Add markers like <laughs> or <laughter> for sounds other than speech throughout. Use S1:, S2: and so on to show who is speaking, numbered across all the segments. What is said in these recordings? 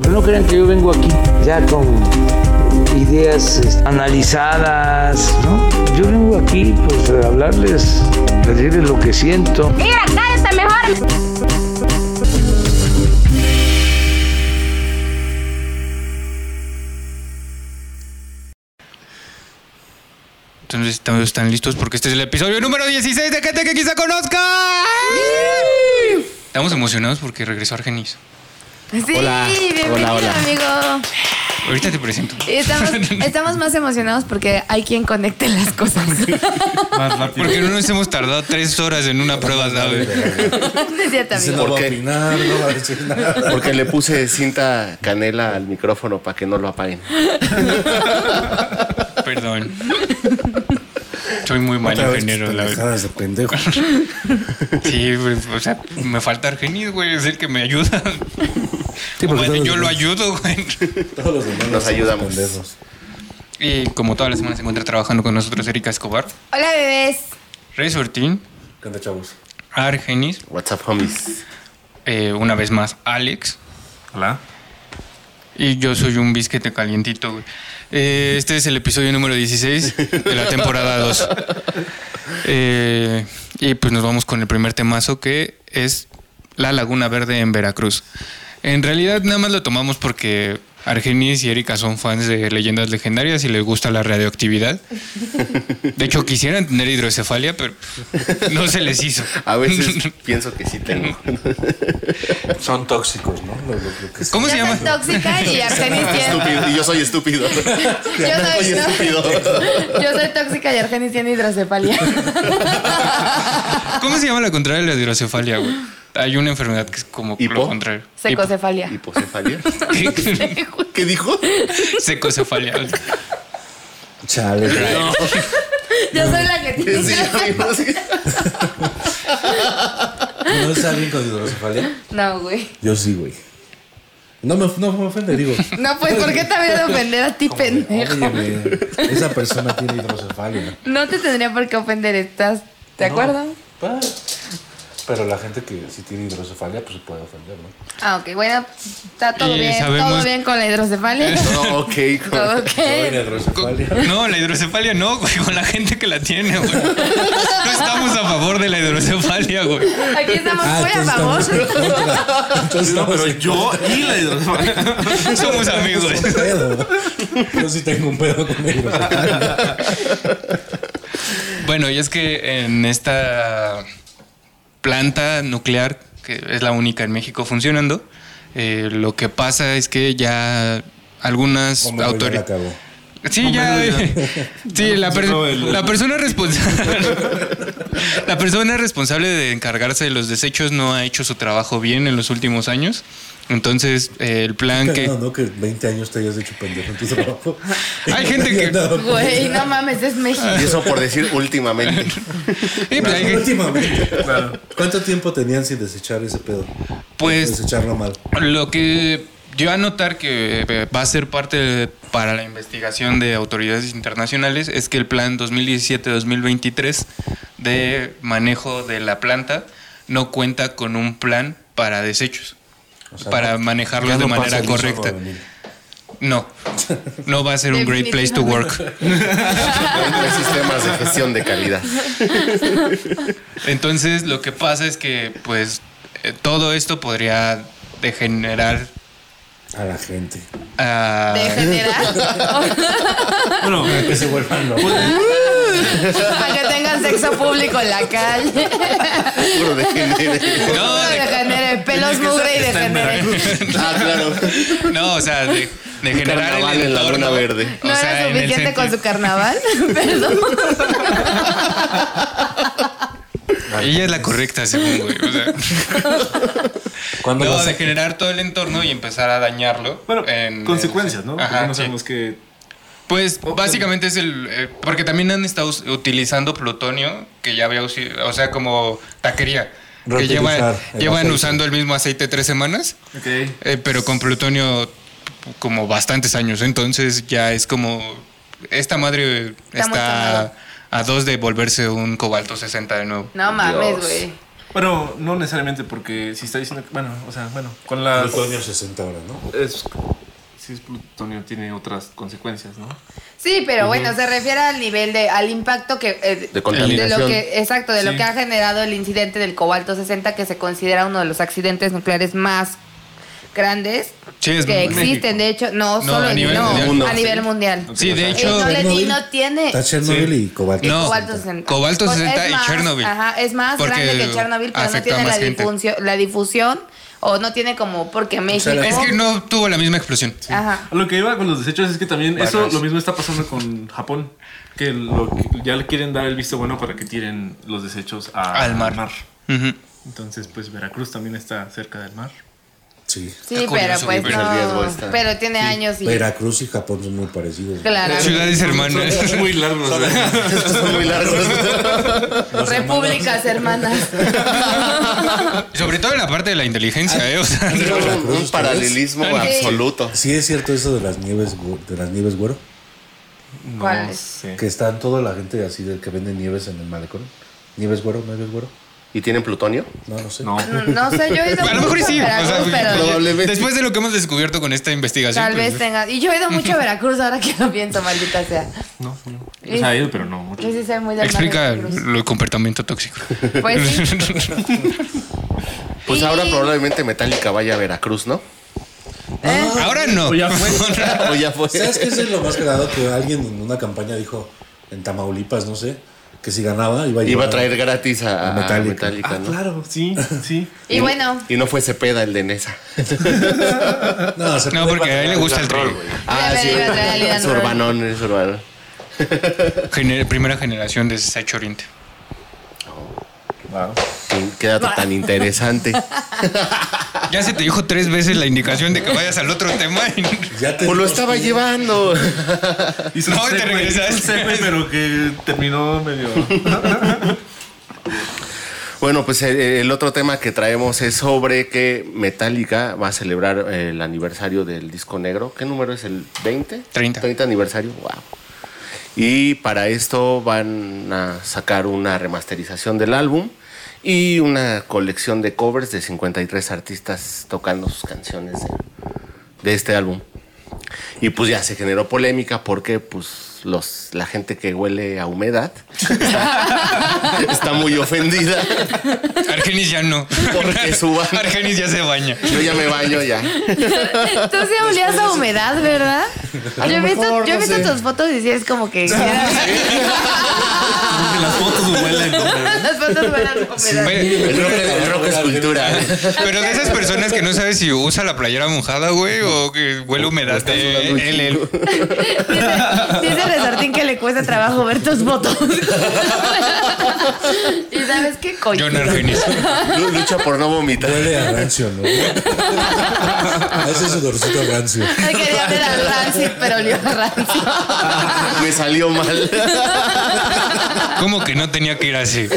S1: Pero no crean que yo vengo aquí ya con ideas este, analizadas, ¿no? Yo vengo aquí pues a hablarles, a decirles lo que siento.
S2: Mira, cállate mejor.
S3: Entonces, ¿estamos- ¿están listos? Porque este es el episodio número 16 de Gente que quizá conozca. Estamos emocionados porque regresó Argenis.
S4: Sí,
S5: Hola,
S4: bienvenido,
S5: hola, hola.
S4: amigo.
S3: Ahorita te presento.
S4: Estamos, estamos más emocionados porque hay quien conecte las cosas. <laughs>
S6: Más rápido.
S3: Porque no nos hemos tardado tres horas en una prueba, ¿sabes?
S4: No es cierto,
S5: Dice,
S4: amigo.
S5: no
S7: ¿Por
S5: va a
S7: qué?
S5: opinar, no va
S7: <laughs>
S5: a decir nada.
S7: Porque le puse cinta canela al micrófono para que no lo apaguen.
S3: Perdón. Soy muy mal
S5: Otra vez tus
S3: ingeniero, la verdad.
S5: pendejadas de pendejo.
S3: Sí, güey, o sea, me falta Argenis, güey, es el que me ayuda. O más bien, yo lo ayudo, güey.
S5: Todos los demás
S7: Nos
S5: somos
S7: ayudamos.
S5: pendejos.
S3: Y como toda la semana se encuentra trabajando con nosotros Erika Escobar,
S4: Hola, bebés.
S3: Rey Sortín,
S5: ¿Qué onda, chavos?
S3: Argenis,
S7: WhatsApp homies.
S3: eh, una vez más Alex.
S6: Hola.
S3: Y yo soy un bisquete calientito, güey. Eh, este es el episodio número 16 de la temporada 2. Eh, y pues nos vamos con el primer temazo que es la Laguna Verde en Veracruz. En realidad nada más lo tomamos porque Argenis y Erika son fans de leyendas legendarias y les gusta la radioactividad. De hecho quisieran tener hidrocefalia, pero no se les hizo.
S7: A veces pienso que sí tengo.
S5: Son tóxicos, ¿no? Lo, lo- lo que es-
S3: ¿Cómo se
S4: Yo soy
S3: llama?
S4: tóxica y Argenis tiene.
S7: Estúpido. Y yo soy estúpido.
S4: Yo soy, <laughs>
S7: Soy estúpido.
S4: yo soy tóxica y Argenis tiene hidrocefalia.
S3: ¿Cómo se llama la contraria de la hidrocefalia, güey? Hay una enfermedad que es como lo
S7: ¿Hipo?
S3: contrario.
S4: Secocefalia.
S7: ¿Hipocefalia?
S3: Hipo-
S7: ¿Qué dijo?
S3: <laughs> Secocefalia.
S5: Chale.
S7: No.
S4: Yo soy la que tiene.
S7: Sí, amigo, sí.
S5: ¿No es alguien con hidrocefalia?
S4: <laughs> No, güey.
S5: Yo sí, güey. No me, no me ofende, digo.
S4: No, pues, ¿por qué te voy a ofender a ti, pendejo?
S5: Óyeme, esa persona tiene hidrocefalia.
S4: No te tendría por qué ofender, ¿estás de acuerdo?
S5: Pa- Pero la gente que sí tiene hidrocefalia, pues se puede ofender, ¿no?
S4: Ah, ok, bueno, está todo
S3: Y
S4: bien, todo
S3: sabemos-
S4: bien con la hidrocefalia.
S7: No, ok.
S4: Todo ok.
S5: Tiene hidrocefalia.
S3: No, la hidrocefalia no, güey, con la gente que la tiene, güey. No estamos a favor de la hidrocefalia, güey.
S4: Aquí estamos muy a
S5: entonces
S4: favor.
S3: <laughs>
S5: estamos en contra. Entonces
S6: No,
S5: estamos
S6: pero
S5: en
S6: yo y la
S3: Somos amigos.
S5: contra. Pedo. Yo sí tengo un pedo con hidrocefalia.
S3: Bueno, y es que en esta planta nuclear, que es la única en México funcionando, eh, lo que pasa es que ya algunas
S5: Como ya la
S3: autoridades...
S5: acabó.
S3: Sí, ya. Sí, la, per-
S6: No, el-
S3: la persona responsable. la persona responsable de encargarse de los desechos no ha hecho su trabajo bien en los últimos años. Entonces, eh, el plan que.
S5: No, no, que 20 años te hayas hecho pendejo en tu trabajo.
S3: Hay gente que-
S5: <laughs> No, no,
S4: Güey, no mames, es México.
S7: Y eso por decir últimamente.
S3: Eh, pues, hay gente-
S5: Últimamente. ¿Cuánto tiempo tenían sin desechar ese pedo?
S3: Pues-
S5: Desecharlo mal.
S3: Lo que yo a notar que eh, va a ser parte de- para la investigación de autoridades internacionales es que el plan 2017-2023 de manejo de la planta no cuenta con un plan para desechos, para manejarlos
S5: Ya
S3: de
S5: no pasa
S3: manera
S5: el hisopo
S3: correcta.
S5: de mil.
S3: No, no va a ser un great place to work.
S7: No hay sistemas de gestión de calidad.
S3: Entonces lo que pasa es que pues eh, todo esto podría degenerar
S5: A la gente.
S3: a...
S4: De general,
S6: Bueno,
S5: <laughs> Que se vuelvan locos.
S3: Pues,
S4: para que tengan sexo público en la calle.
S7: Puro de género.
S3: No, de-
S4: de genere, pelos
S6: que
S4: mugre y
S6: está-
S4: de
S6: está en
S4: genere.
S7: Ah, claro.
S3: No, o sea, de, de generar
S7: Carnaval
S3: el
S7: en la
S3: entorno.
S7: Laguna Verde.
S4: No
S3: o sea,
S4: era
S3: en el
S4: suficiente con su
S3: sentido- <laughs>
S4: carnaval. <laughs> Perdón.
S3: Ella es la correcta, según güey. O
S7: <laughs>
S3: sea,
S5: Cuando
S3: no,
S5: las-
S3: de generar todo el entorno y empezar a dañarlo.
S6: bueno,
S3: en-
S6: consecuencias, ¿no?
S3: Ajá,
S6: Porque no
S3: sí.
S6: sabemos qué.
S3: Pues básicamente es el... eh, porque también han estado us- utilizando plutonio, que ya había usado, o sea, como taquería. Que
S5: Reutilizar
S3: llevan,
S5: el
S3: llevan
S5: aceite.
S3: usando el mismo aceite tres semanas,
S6: Ok.
S3: eh, pero con plutonio como bastantes años. Entonces ya es como... Esta madre
S4: Está muy
S3: está
S4: quemado.
S3: a dos de volverse un cobalto 60 de nuevo.
S4: No mames,
S7: Dios.
S4: güey.
S6: Bueno, no necesariamente porque si está diciendo que, bueno, o sea, bueno, con las...
S5: Plutonio 60 horas, ¿no?
S6: Es, si es plutonio tiene otras consecuencias, ¿no?
S4: Sí, pero bueno, se refiere al nivel de, al impacto que eh,
S7: De contaminación.
S4: lo que, exacto, de lo
S6: Sí.
S4: que ha generado el incidente del cobalto 60, que se considera uno de los accidentes nucleares más grandes
S3: Sí, es
S4: que
S3: México.
S4: existen. De hecho, no,
S3: No,
S4: solo
S3: a
S4: en-
S3: nivel
S4: no,
S3: mundial.
S7: Mundo.
S4: a nivel mundial.
S3: Sí, de
S4: Eh,
S3: hecho.
S4: no le di,
S5: Chernobyl.
S4: no tiene.
S5: Está Chernobyl y Cobalt.
S3: No.
S4: Cobalto 60.
S3: Cobalto
S4: Pues
S3: 60
S4: es
S3: y
S4: más,
S3: Chernobyl.
S4: Ajá, es más
S3: Porque
S4: grande que Chernobyl, pero no
S3: afecta a
S4: tiene la,
S3: más gente.
S4: difuncio- la difusión o no tiene como porque México.
S3: Es que no tuvo la misma explosión.
S4: Ajá.
S6: Lo que iba con los desechos es que también eso
S7: Barras.
S6: lo mismo está pasando con Japón, que, lo que- ya le quieren dar el visto bueno para que tiren los desechos a-
S3: Al mar. Ujú.
S6: Entonces, pues Veracruz también está cerca del mar.
S5: Sí.
S4: Sí,
S3: Está
S4: pero
S3: curioso,
S4: pues
S3: pero
S7: el riesgo
S4: no.
S7: está.
S4: Pero tiene años y.
S5: Veracruz y Japón son muy parecidos.
S4: Claro.
S3: Ciudades hermanas.
S6: Es muy largo. ¿verdad?
S7: Estos son muy largos.
S4: Repúblicas hermanas.
S3: Sobre todo en la parte de la inteligencia, ¿eh? O sea,
S7: Tiene un, un
S5: ¿Ustedes?
S7: paralelismo
S4: Sí.
S7: absoluto.
S5: Sí es cierto eso de las nieves, gu- de las nieves güero,
S6: No
S4: ¿Cuál es?
S6: sé.
S5: que están toda la gente así del que vende nieves en el malecón. Nieves güero, nieves güero.
S7: ¿Y tienen plutonio?
S5: No, no sé.
S6: No.
S4: No, no sé, yo he ido
S3: a lo mejor y
S4: mucho
S3: sí.
S4: a
S3: o sea,
S4: Veracruz, pero
S7: Probablemente.
S3: Después de lo que hemos descubierto con esta investigación.
S4: tal
S3: pues,
S4: vez tenga. Y yo he ido mucho a Veracruz ahora que lo pienso, maldita sea.
S6: No, no. O sea, él, pero no mucho.
S4: Yo sí soy muy del mar de
S3: Explica
S4: Veracruz.
S3: lo del comportamiento tóxico. <laughs>
S4: Pues sí.
S7: Pues
S4: Y-
S7: ahora probablemente Metallica vaya a Veracruz, <laughs> ¿no?
S4: ¿Eh?
S3: Ahora no.
S7: o Pues ya fue.
S5: ¿Sabes qué es lo más cagado? Que alguien en una campaña dijo, en Tamaulipas, no sé, que si ganaba iba
S7: Iba
S5: a, llevar-
S7: a traer gratis a,
S5: A
S7: a
S5: Metallica.
S7: Metallica,
S6: Ah,
S7: ¿no?
S6: claro, sí, sí.
S4: Y bueno,
S7: Y no fue Cepeda el de
S4: <laughs>
S7: Nesa.
S5: No, se
S3: <laughs> No,
S5: puede
S3: porque a él le gusta el
S7: Rol,
S3: tren.
S7: güey.
S4: Ya me iba a traer a Lidan
S7: es
S4: Rol.
S7: urbanón, es urbanón.
S3: Gener- primera generación de Sacho Oriente.
S6: Wow.
S7: Qué-
S4: <laughs>
S7: Qué dato tan interesante.
S3: Ya se te dijo tres veces la indicación de que vayas al otro tema. y- <laughs>
S5: Ya te
S7: Pues lo estaba <laughs> llevando.
S6: Hizo
S3: No,
S6: un
S3: te
S6: segue,
S3: regresas.
S6: hizo un segue, pero que terminó medio. <laughs>
S7: Bueno, pues el, el otro tema que traemos es sobre que Metallica va a celebrar eh, el aniversario del disco negro. ¿Qué número es el 20?
S3: 30.
S7: 30 aniversario, wow. Y para esto van a sacar una remasterización del álbum y una colección de covers de 53 artistas tocando sus canciones de, de este álbum. Y pues ya se generó polémica porque pues los, la gente que huele a humedad <laughs> está muy ofendida.
S3: Argenis ya no.
S7: Porque su
S3: <laughs>
S7: banda-
S3: Argenis ya se baña.
S7: Yo ya me baño ya.
S4: tú sí olías a humedad, ¿verdad?
S7: A
S4: Yo he
S7: lo
S4: visto,
S7: mejor,
S4: yo he
S7: no
S4: visto
S7: sé.
S4: tus fotos y sí es como
S7: <laughs>
S4: que.
S6: Como que las fotos huelen. como-
S4: Las fotos huelen a humedad.
S3: Pero,
S7: El rock, el rock es cultura.
S3: pero de esas personas que no sabes si usa la playera mojada, güey, o que huele a humedad. eh, de él, él.
S4: Dice Resortín que le cuesta trabajo ver tus
S6: <laughs>
S4: fotos. ¿Y sabes qué coño?
S3: John Argenis.
S7: Lu- Lucha por no vomitar. <laughs>
S5: Huele a rancio, ¿no? Ese es sudorcito rancio.
S4: Ay, Quería ver a Rancid, pero olió a Rancid.
S6: Ah.
S7: Me salió mal.
S3: ¿Cómo que no tenía que ir así?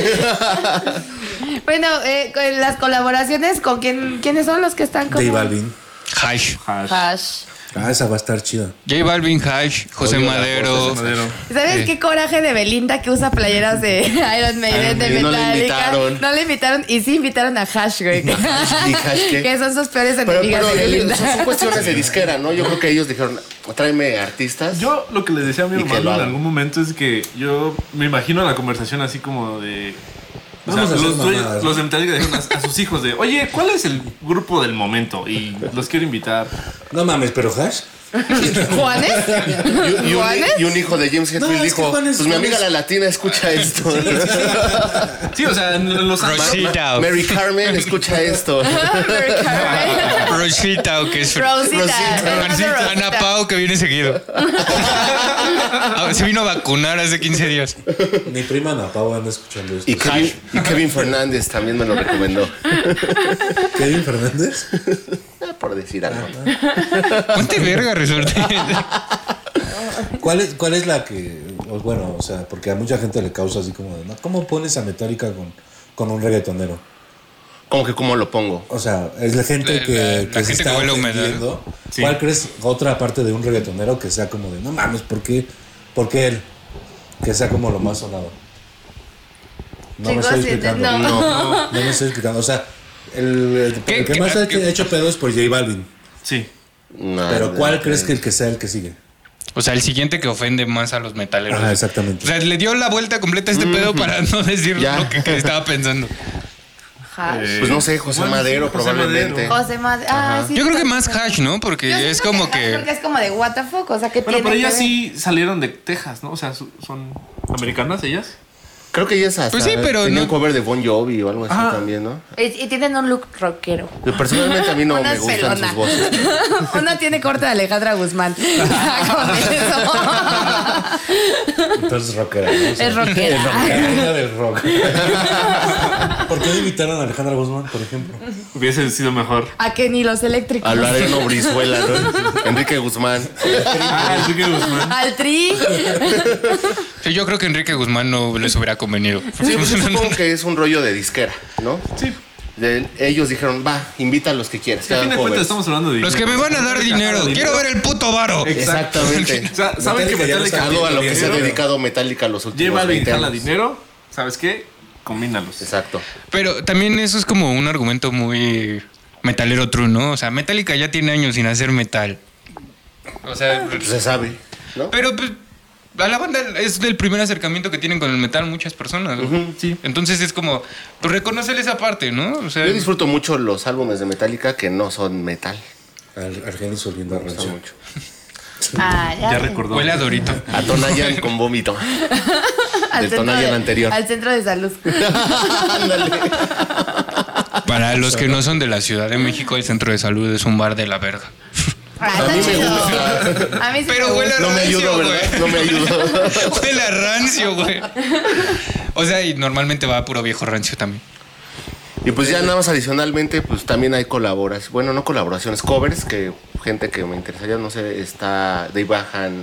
S4: Bueno, eh, con las colaboraciones con quién, quiénes son los que están con
S5: Dave Balvin.
S3: Hash.
S4: Hash.
S5: Ah, esa va a estar chida.
S3: J Balvin, Hash, José
S7: Odio la
S3: Madero.
S7: voz
S6: Madero.
S4: ¿Sabes qué coraje de Belinda que usa playeras de <laughs> Iron Maiden, de
S7: Maiden. No la
S4: Metallica?
S7: invitaron.
S4: No le invitaron y sí invitaron a Hash, güey. <laughs>
S7: ¿Y Hash qué?
S4: Que son sus peores
S7: Pero,
S4: enemigas
S7: pero
S4: de Belinda.
S7: ellos- son cuestiones de disquera, ¿no? Yo creo que ellos dijeron, tráeme artistas.
S6: Yo lo que le decía a mi
S7: Y que lo
S6: hermano en
S7: hagan.
S6: algún momento es que yo me imagino la conversación así como de. o
S5: Vamos a
S6: sea,
S5: hacer
S6: los, dueños-
S5: mamadas.
S6: los de Metallica dijeron a, a sus hijos de, oye, ¿cuál es el grupo del momento? Y los quiero invitar.
S5: No mames, pero Hash.
S4: <laughs> ¿Juanes?
S7: Y, y un,
S4: ¿Juanes?
S7: y un hijo de James Hetfield
S5: No, es que
S7: dijo,
S5: Juan es-
S7: pues mi
S5: Juan
S7: amiga
S5: es-
S7: la latina escucha esto.
S6: Sí, o sea, en los
S3: Rosita.
S7: Mary Carmen escucha esto.
S4: <laughs> Mary Carmen.
S3: Rosita, o que es.
S4: Rosita. Rosita.
S7: Rosita.
S3: Rosita, Ana Pau, que viene seguido. Ah, Se vino a vacunar hace 15 días.
S5: Mi prima Ana Pau anda escuchando esto.
S7: Y Kevin, y Kevin Fernández también me lo recomendó.
S5: Kevin Fernández.
S7: Ah, Por decir algo.
S3: Ponte verga, resorte.
S5: ¿Cuál es, ¿Cuál es la que.? o Bueno, o sea, porque a mucha gente le causa así como de. ¿no? ¿Cómo pones a Metallica con, con un reggaetonero?
S7: Como que cómo lo pongo.
S5: O sea, es la gente
S3: La-
S5: que,
S3: la-
S5: que
S3: la
S5: se
S3: gente
S5: está
S3: que huele a humedad.
S5: ofendiendo. ¿Cuál crees otra parte de un reggaetonero que sea como de. No mames, ¿por qué, por qué él? Que sea como lo más sonado. No me estoy explicando.
S4: no.
S5: No me estoy explicando. O sea, el, el
S3: ¿Qué-
S5: que
S3: qué- ah,
S5: más ha
S3: qué-
S5: hecho pedo es por J Balvin.
S6: Sí.
S7: No,
S5: Pero
S7: no,
S5: ¿cuál
S7: no,
S5: crees
S7: no.
S5: que el que sea el que sigue?
S3: O sea, el siguiente que ofende más a los metaleros.
S5: Ajá,
S3: O
S5: exactamente.
S3: sea, le dio la vuelta completa a este pedo para no decir
S7: Ya.
S3: lo que, que estaba pensando.
S4: Hash.
S7: Pues no sé, José
S6: Igual,
S7: Madero
S6: sí, José
S7: probablemente.
S6: Madero.
S4: Eh. José Madero. Ah, sí,
S3: Yo creo que más
S4: exacto.
S3: hash, ¿no? Porque
S4: Yo
S3: es
S4: siento
S3: como
S4: Hash
S3: que.
S4: Porque es como de, ¿What the fuck? O sea, que
S6: Bueno,
S4: tiene.
S6: pero ellas
S4: que
S6: sí salieron de Texas, ¿no? O sea, su- son americanas ellas.
S7: Creo que ya es hasta.
S3: Pues sí, pero
S7: tenía
S3: no-
S7: un cover de Bon Jovi o algo así
S6: Ajá.
S7: también, ¿no?
S4: ver? Y, y tienen un look rockero.
S7: Yo Personalmente a mí no
S4: Una
S7: me gustan
S4: pelona.
S7: sus voces.
S4: <laughs> Una tiene corte de Alejandra Guzmán. <laughs> Ya, Con eso.
S5: Entonces rockera. ¿no?
S4: <laughs>
S5: O sea,
S4: Es rockera.
S5: Es rockera. reina del rock. <laughs> ¿Por qué no invitaron a Alejandra Guzmán, por ejemplo?
S6: Hubiese
S4: <laughs>
S6: sido mejor.
S4: A que ni los eléctricos.
S7: A lo Areno Brizuela, ¿no? Enrique Guzmán.
S6: Ah, Enrique
S4: <laughs>
S6: Guzmán.
S4: Al tri.
S3: Sí, Yo creo que Enrique Guzmán no les hubiera convenido.
S7: Sí,
S3: <laughs>
S7: pues yo supongo que es un rollo de disquera, ¿no?
S6: Sí.
S7: De- ellos dijeron, va, invita a los que quieras. que
S6: A
S7: hagan
S6: fin de cuentas
S7: covers".
S6: estamos hablando de
S3: Los que me van a dar dinero. Quiero ver el puto varo.
S7: Exactamente.
S6: O sea, saben que
S5: Metallica ya
S7: <laughs>
S5: no está
S6: Metallica
S7: Algo a lo que se ha
S6: dinero,
S7: dedicado Metallica los
S6: Lleva
S7: últimos
S6: al
S7: 20
S6: Benjala
S7: años.
S6: dinero, ¿sabes qué? Combínalos.
S7: Exacto.
S3: Pero también eso es como un argumento muy metalero true, ¿no? O sea, Metallica ya tiene años sin hacer metal. O sea,
S7: Pues Se sabe, ¿no?
S3: pero pues, a la banda es del primer acercamiento que tienen con el metal muchas personas. ¿no?
S6: sí.
S3: Entonces es como, pues reconocer esa parte, ¿no? O sea,
S7: Yo disfruto mucho los álbumes de Metallica que no son metal.
S5: Al- Argenis oliendo a
S7: Me gustan
S5: rancho.
S7: mucho.
S4: Ah,
S6: Ya recordó.
S3: huele a Dorito.
S7: A
S6: <laughs>
S7: Tonayan con vómito.
S4: Al
S7: Del
S4: centro
S7: Tonayan
S4: de-
S7: anterior.
S4: Al centro de salud.
S3: Para los que no son de la Ciudad de México, el centro de salud es un bar de la verga. <laughs>
S4: Ah,
S7: A mí
S4: está
S7: me
S4: chido.
S7: gusta.
S4: A mí sí
S3: Pero
S4: me
S3: huele a
S7: No me
S3: rancio,
S7: ayudó, ¿verdad?
S3: güey.
S7: No me
S6: <laughs>
S7: ayudó.
S3: Huele a rancio, güey. O sea, y normalmente va puro viejo rancio también.
S7: Y pues ya nada más adicionalmente, pues también hay colaboraciones, bueno, no colaboraciones, covers, que gente que me interesaría, no sé, está Dave Bahan,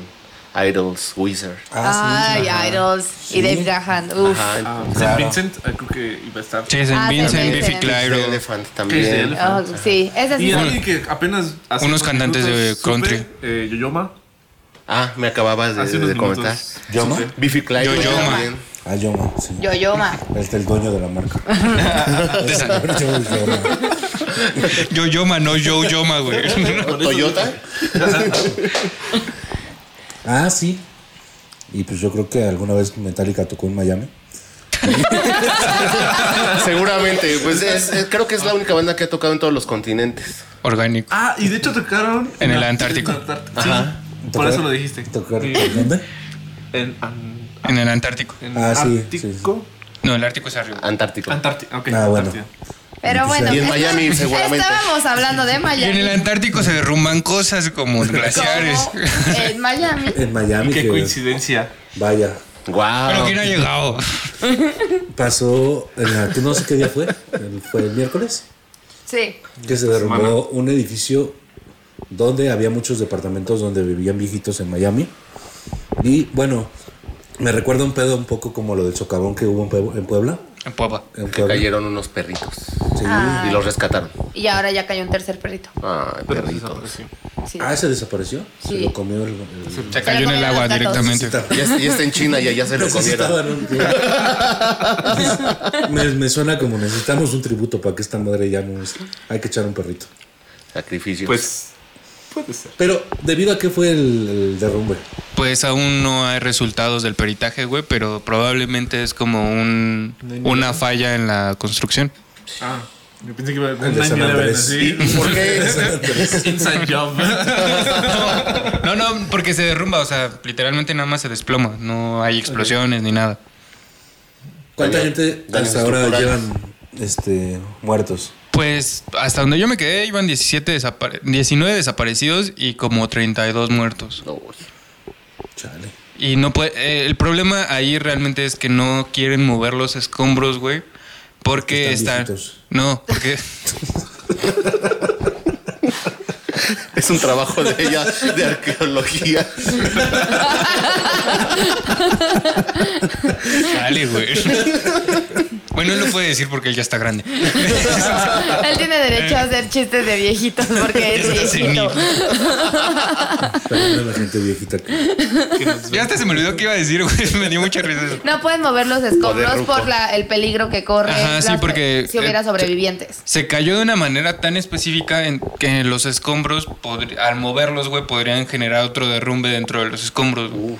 S7: Idols, Wizard.
S5: Ah, sí.
S4: Ay, Idols y Dave Gahan. Uf.
S7: Ajá,
S6: Ah,
S5: Claro.
S6: St. Vincent, eh, creo que iba a estar.
S3: Sí, St.
S4: Ah,
S3: Vincent,
S4: Saint
S3: Biffy
S4: Vincent.
S7: Crazy
S3: Clyro.
S7: Elephant
S6: Crazy
S7: también.
S6: Elephant.
S4: Oh, sí, esa sí.
S6: Y alguien que apenas. hace
S3: Unos cantantes de
S6: minutos supe,
S3: country.
S6: eh, Yoyoma.
S7: Ah, me acababas de,
S6: Hace unos
S7: de comentar.
S6: minutos.
S5: ¿Yoma?
S6: supe.
S7: Biffy Clyro
S3: Yo-Yo Ma.
S7: también.
S5: Ah, Yoma, sí.
S4: Yo, yo, ma.
S5: Es el dueño de
S7: <laughs>
S5: la marca. Es el dueño de la marca.
S3: Yo Yoma, no Yo
S4: <laughs>
S3: Yoma, güey.
S7: Toyota.
S5: <laughs>
S6: <laughs>
S5: Ah, sí. Y pues yo creo que alguna vez Metallica tocó en Miami.
S7: Seguramente, pues es- es- creo que es la única banda que ha tocado en todos los continentes.
S3: Orgánico.
S6: Ah, y de hecho tocaron.
S3: En el
S6: la-
S3: Antártico.
S6: en el Antártico, sí. Por eso lo dijiste.
S5: ¿Tocar
S6: Sí.
S5: en dónde?
S6: En, an-
S3: En el Antártico.
S6: en
S5: Ah, sí,
S6: Ártico.
S3: No, el Ártico es arriba.
S7: Antártico.
S6: Antártico. ok,
S5: Ah, bueno.
S6: Antártida.
S4: Pero bueno.
S7: Y en Miami,
S4: esta-
S7: seguramente.
S4: Estábamos hablando de
S3: Y en el
S4: Miami.
S3: Antártico se derrumban cosas como glaciares.
S4: Como
S3: <laughs>
S4: En Miami.
S5: En Miami.
S6: Qué
S5: que-
S6: coincidencia.
S5: Vaya.
S3: Pero
S7: Wow.
S3: ¿quién ha llegado?
S5: Pasó, en la- ¿tú no sé qué día fue? El- ¿Fue el miércoles?
S4: Sí.
S5: Que se
S6: semana.
S5: derrumbó un edificio donde había muchos departamentos donde vivían viejitos en Miami. Y bueno, me recuerda un pedo un poco como lo del socavón que hubo en Pue- en Puebla.
S3: En Puebla.
S5: En
S7: Que
S5: Puebla.
S7: cayeron unos perritos
S5: Sí.
S4: Ah.
S7: y los rescataron.
S4: Y ahora ya cayó un tercer perrito.
S7: Ah,
S6: Pero pues, sí
S7: perritos.
S6: desapareció.
S4: Sí.
S5: Ah, ¿se desapareció? Se
S4: Sí.
S5: lo comió el... el-
S3: Se cayó en el
S4: comieron
S3: agua
S4: los gatos.
S3: directamente.
S7: <laughs> Ya, ya está en China y allá se lo comieron.
S5: Necesitaban un-
S4: <laughs>
S5: me, me suena como necesitamos un tributo para que esta madre ya no es- Hay que echar un perrito.
S7: Sacrificios.
S6: Pues puede ser.
S5: Pero, ¿debido a qué fue el, el derrumbe?
S3: Pues aún no hay resultados del peritaje, güey, pero probablemente es como un, una falla en la construcción.
S6: Ah, yo pensé que iba a
S5: El de San
S6: 9-11,
S5: Andrés. <laughs>
S6: sí.
S7: ¿Por qué?
S6: <laughs> Inside job.
S5: <laughs>
S3: No, no, porque se derrumba, o sea, literalmente nada más se desploma. No hay explosiones ni nada.
S5: ¿Cuánta
S7: Daño-
S5: gente
S7: daños
S5: hasta ahora
S7: estructurales.
S5: llevan este, muertos?
S3: Pues hasta donde yo me quedé iban 17 desapare- 19 desaparecidos y como 32 muertos.
S7: No,
S5: Chale.
S3: Y no puede, eh, el problema ahí realmente es que no quieren mover los escombros, güey, porque <laughs>
S5: Están
S3: están,
S5: viejitos.
S3: no, porque
S7: Es un trabajo de ella de arqueología.
S3: Dale, güey. Bueno, él lo puede decir porque él ya está grande.
S4: Él tiene derecho a hacer chistes de viejitos
S3: <laughs>
S4: porque es
S3: Está
S4: viejito.
S5: Perdón a la gente viejita que
S3: Ya hasta se me olvidó qué iba a decir, güey. Me dio mucha risa eso.
S4: No pueden mover los
S7: Joder,
S4: escombros
S7: ruco.
S4: por la- el peligro que corre.
S3: Ajá, sí,
S4: las-
S3: porque,
S4: Si hubiera
S3: eh,
S4: sobrevivientes.
S3: Se cayó de una manera tan específica en que los escombros, podri- al moverlos, güey, podrían generar otro derrumbe dentro de los escombros. güey.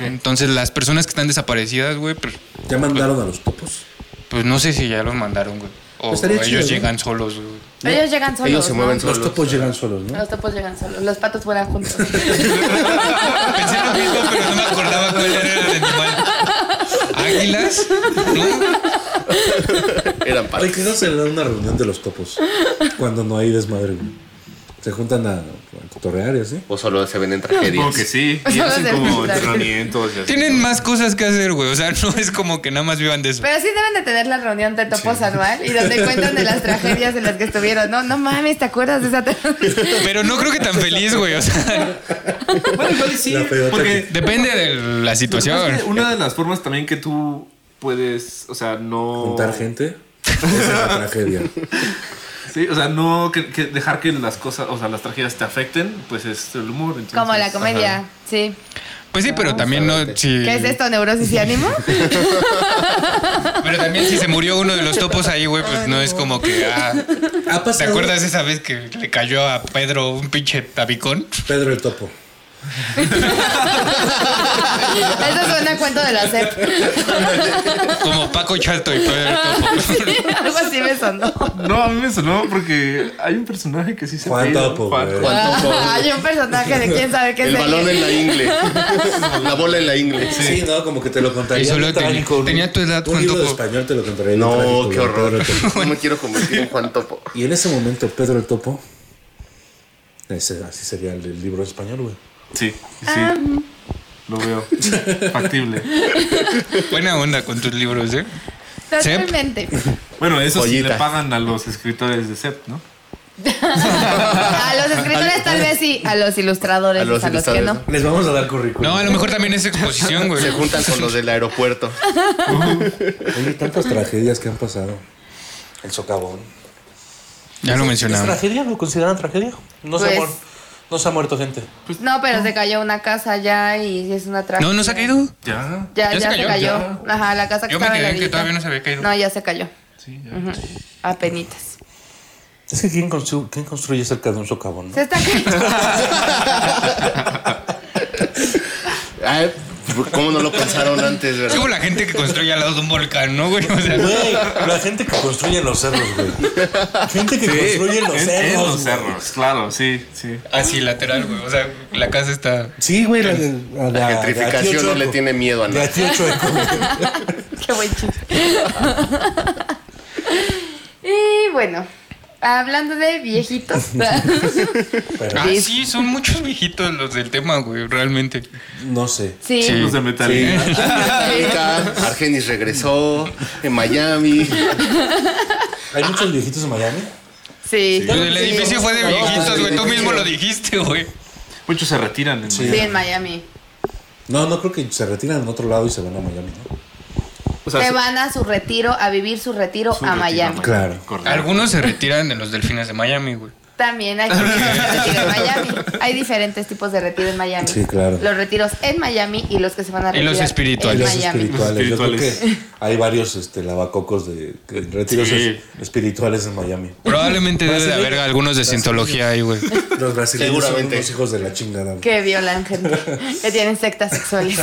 S3: Entonces, las personas que están desaparecidas, güey, pues,
S5: ya mandaron a los topos.
S3: pues no sé si ya los mandaron, güey. O
S5: Estaría
S3: ellos
S5: chido, ¿no?
S3: llegan solos, güey.
S4: Ellos llegan solos.
S7: Ellos se
S4: ¿no?
S7: mueven solos.
S5: Los topos llegan solos, ¿no?
S4: Los topos llegan solos. Los patos fueran
S7: <laughs>
S4: juntos.
S3: Pensé lo mismo, pero no me acordaba cuál era el animal. ¿Águilas? ¿No?
S7: Eran
S5: Ay,
S7: padres.
S5: quizás se da una reunión de los topos cuando no hay desmadre. güey. Se juntan a, a cotorrear y así.
S7: O solo se ven en tragedias.
S6: Supongo que
S4: <laughs>
S6: sí. Y
S4: Solo
S6: hacen
S4: se
S6: como
S4: juntan.
S6: entrenamientos. y así.
S3: Tienen más cosas que hacer, güey. O sea, no es como que nada más vivan de eso.
S4: Pero sí deben de tener la reunión de topos anual y donde cuentan de
S7: <laughs>
S4: las tragedias en las que estuvieron. No, no mames, ¿te acuerdas de esa
S7: <laughs>
S4: tragedia?
S3: Pero no creo que tan feliz, güey. O sea,
S6: <laughs> Bueno, igual y sí.
S5: La pedota
S6: Porque
S3: depende de la
S6: lo que pasa
S3: situación.
S6: es que una de las formas también que tú puedes, o sea, no.
S5: Juntar gente. Esa es la tragedia.
S6: Sí, o sea, no que, que dejar que las cosas, o sea, las tragedias te afecten, pues es el humor. entonces-
S4: Como la comedia,
S6: Ajá.
S4: sí.
S3: Pues sí, pero también no. Si,
S4: ¿Qué es esto, neurosis y
S7: <laughs>
S4: ánimo?
S3: Pero también si se murió uno de los topos ahí, güey, pues no es como que. Ah,
S5: ¿Ha
S3: ¿Te
S5: pasado?
S3: acuerdas esa vez que le cayó a Pedro un pinche tabicón?
S5: Pedro el topo.
S4: Eso suena a cuento de la SEP.
S3: Como Paco Chato y Pedro el Topo.
S4: <laughs> Algo así me sonó.
S6: No, a mí me sonó porque hay un personaje que sí se
S5: Juan
S6: ha ido,
S5: Topo,
S6: Juan-
S5: güey.
S6: Juan-
S4: Hay un personaje de quién sabe qué
S7: El
S4: serie.
S7: balón en la ingle. La bola en la ingle.
S5: Sí. no, como que te lo contaría.
S3: Y solo
S5: un
S3: tenía-
S5: trágico, un-
S3: tenía tu edad,
S5: Un
S3: Juan
S5: libro de
S3: Topo.
S5: español te lo contaría. un trágico,
S7: No,
S5: güey,
S7: qué horror.
S5: Pedro el Topo.
S7: No me quiero convertir en Juan Topo.
S5: Y en ese momento, Pedro el topo. ese- así sería el, el libro de español, güey.
S6: Sí, sí. Lo veo. Factible.
S3: Buena onda con tus libros, ¿eh?
S4: Totalmente.
S6: Bueno, eso sí le
S7: Joyitas.
S6: pagan a los escritores de SEP, ¿no?
S4: A los escritores tal vez sí, a los ilustradores,
S7: A
S4: a
S7: los
S4: los, que no.
S7: ilustradores,
S5: Les vamos a dar currículum.
S3: No, a lo mejor también es exposición, güey.
S7: Se juntan con los del aeropuerto.
S5: Oye, tantas
S3: eh.
S5: tragedias que han pasado. El socavón.
S3: Ya lo
S2: ¿Es
S3: mencionaba.
S2: tragedia? ¿Lo consideran tragedia? No, se, ha
S4: Pues-
S2: muer- no se ha muerto gente.
S4: No, pero se cayó una casa ya y es una tragedia.
S3: No, no se ha caído.
S6: Ya.
S4: Ya,
S3: ¿Ya
S4: ya,
S3: se
S4: se
S3: cayó?
S4: cayó. Ajá, la casa que
S3: Yo me
S4: estaba en la
S3: quedé en que
S4: orillita.
S3: todavía no se había caído.
S4: No, ya se cayó.
S6: Sí, ya.
S4: A penitas.
S2: Es que ¿quién, constru- quién construye cerca de un socavón? no?
S3: <laughs>
S4: Se está cayendo.
S7: Ay, ¿Cómo no lo pensaron antes,
S3: Es
S7: verdad?
S3: como la gente que construye al lado de un volcán, ¿no, güey? O sea,
S2: Güey, la gente que construye los cerros, güey. Gente que construye los
S6: En-
S2: cerros.
S6: en los
S2: güey.
S6: cerros, claro, sí, sí.
S3: así lateral, güey. O sea, la casa está.
S5: Sí, güey. La, la,
S7: La gentrificación no le tiene miedo a
S5: De
S7: nada.
S5: a tío Chueco.
S4: <laughs>
S7: <laughs>
S4: Qué buen chiste. y bueno, hablando de viejitos.
S3: Ah, sí, son muchos viejitos los del tema, güey, realmente.
S5: No sé.
S4: sí.
S3: <laughs> Sí.
S6: Los de metal.
S7: Azteca, Argenis regresó, en Miami.
S5: Hay muchos viejitos en Miami.
S4: Sí.
S3: Pues el edificio fue de viejitos, güey. Tú mismo lo dijiste, güey.
S6: Muchos se retiran. En
S4: Sí, en Miami.
S5: No, no creo que se retiran en otro lado y se van a Miami, ¿no?
S6: O sea,
S4: Se
S6: se-
S4: van a su retiro, a vivir su retiro
S6: su
S4: a
S6: retiro,
S4: Miami.
S6: ¿no?
S5: Claro.
S6: Correcto.
S3: Algunos se retiran de los delfines de Miami, güey.
S4: También hay gente que se retira en Miami. Hay diferentes tipos de retiro en Miami.
S5: Sí, claro.
S4: Los retiros en Miami y los que se van a
S3: Y
S4: retirar.
S3: los espirituales.
S5: Los
S4: En Miami.
S5: espirituales. Yo creo
S6: Espirituales.
S5: que hay varios este, lavacocos de, que- retiros
S6: Sí.
S5: espirituales en Miami.
S3: Probablemente debe de haber algunos de cientología ahí, güey.
S5: Los brasileños son
S7: Seguramente.
S5: unos hijos de la chingada. güey.
S4: Que violan gente. Que tienen sectas
S5: <laughs>
S4: sexuales.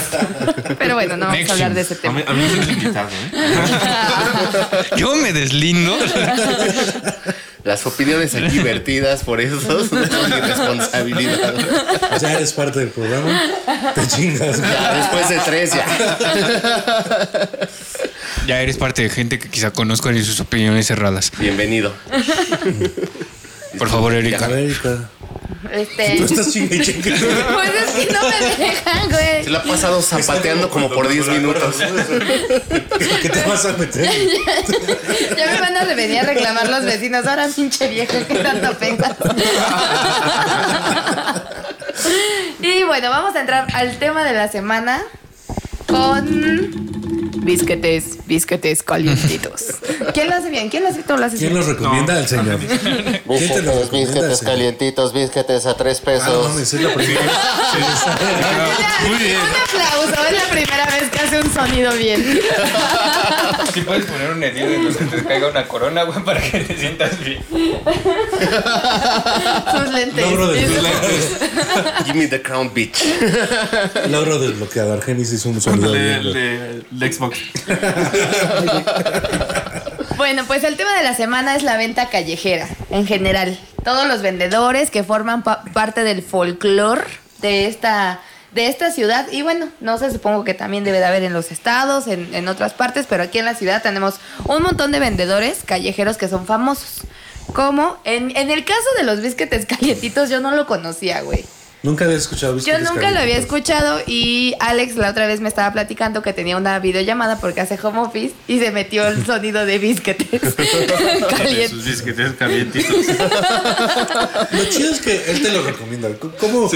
S4: Pero bueno, no vamos a hablar de ese
S6: A
S4: tema.
S6: mí, a mí me han invitado,
S4: <laughs>
S6: ¿eh?
S3: Yo me deslindo.
S7: Las opiniones aquí vertidas por esos no son mi responsabilidad.
S5: Ya eres parte del programa. Te chingas. güey.
S7: Ya, después de tres, ya.
S3: Ya eres parte de gente que quizá conozcan y sus opiniones cerradas.
S7: Bienvenido.
S3: Por favor,
S5: A
S3: Erika.
S5: ver, Erika,
S4: Este.
S5: Tú estás chingue y chingue.
S4: Pues es que no me dejan, güey.
S7: Se la ha pasado zapateando como por 10 minutos.
S5: ¿Qué te vas a meter?
S4: Ya me van a venir a reclamar los vecinos. Ahora, pinche vieja, que tanto pensas. y bueno, vamos a entrar al tema de la semana con. Bisquetes, bisquetes calientitos. ¿Quién lo hace bien? ¿Quién lo hace? ¿Tú lo haces
S5: ¿Quién
S4: bien?
S5: los recomienda al
S6: <laughs>
S5: señor? ¿Quién te lo recomienda al
S8: Bisquetes
S5: señor?
S8: calientitos, bisquetes a tres
S5: Ah, no
S8: pesos.
S5: mames, es la primera.
S4: Mira, Un aplauso, es la primera vez que hace un sonido bien.
S3: Si puedes poner un edil en los que te caiga una corona, güey, para que te sientas bien.
S4: Sus lentes.
S5: Logro desbloqueado.
S7: Give me the crown, bitch.
S5: <laughs> Logro desbloqueador. Genis hizo un sonido.
S6: de,
S5: bien,
S6: de- de
S4: <laughs>
S6: Xbox.
S4: Bueno, pues el tema de la semana es la venta callejera, en general. Todos los vendedores que forman pa- parte del folclore de esta, de esta ciudad. Y bueno, no sé, supongo que también debe de haber en los estados, en, en otras partes, pero aquí en la ciudad tenemos un montón de vendedores callejeros que son famosos. Como en, en el caso de los bisquetes calientitos, yo no lo conocía, güey.
S5: Nunca había escuchado
S4: Yo
S5: bisquetes
S4: nunca lo había
S5: calientitos.
S4: escuchado y Alex la otra vez me estaba platicando que tenía una videollamada porque hace home office y se metió el sonido de
S7: <laughs>
S4: bisquetes
S6: De
S4: caliente.
S6: Sus bisquetes calientitos.
S5: Lo chido es que él te lo recomienda. ¿Cómo?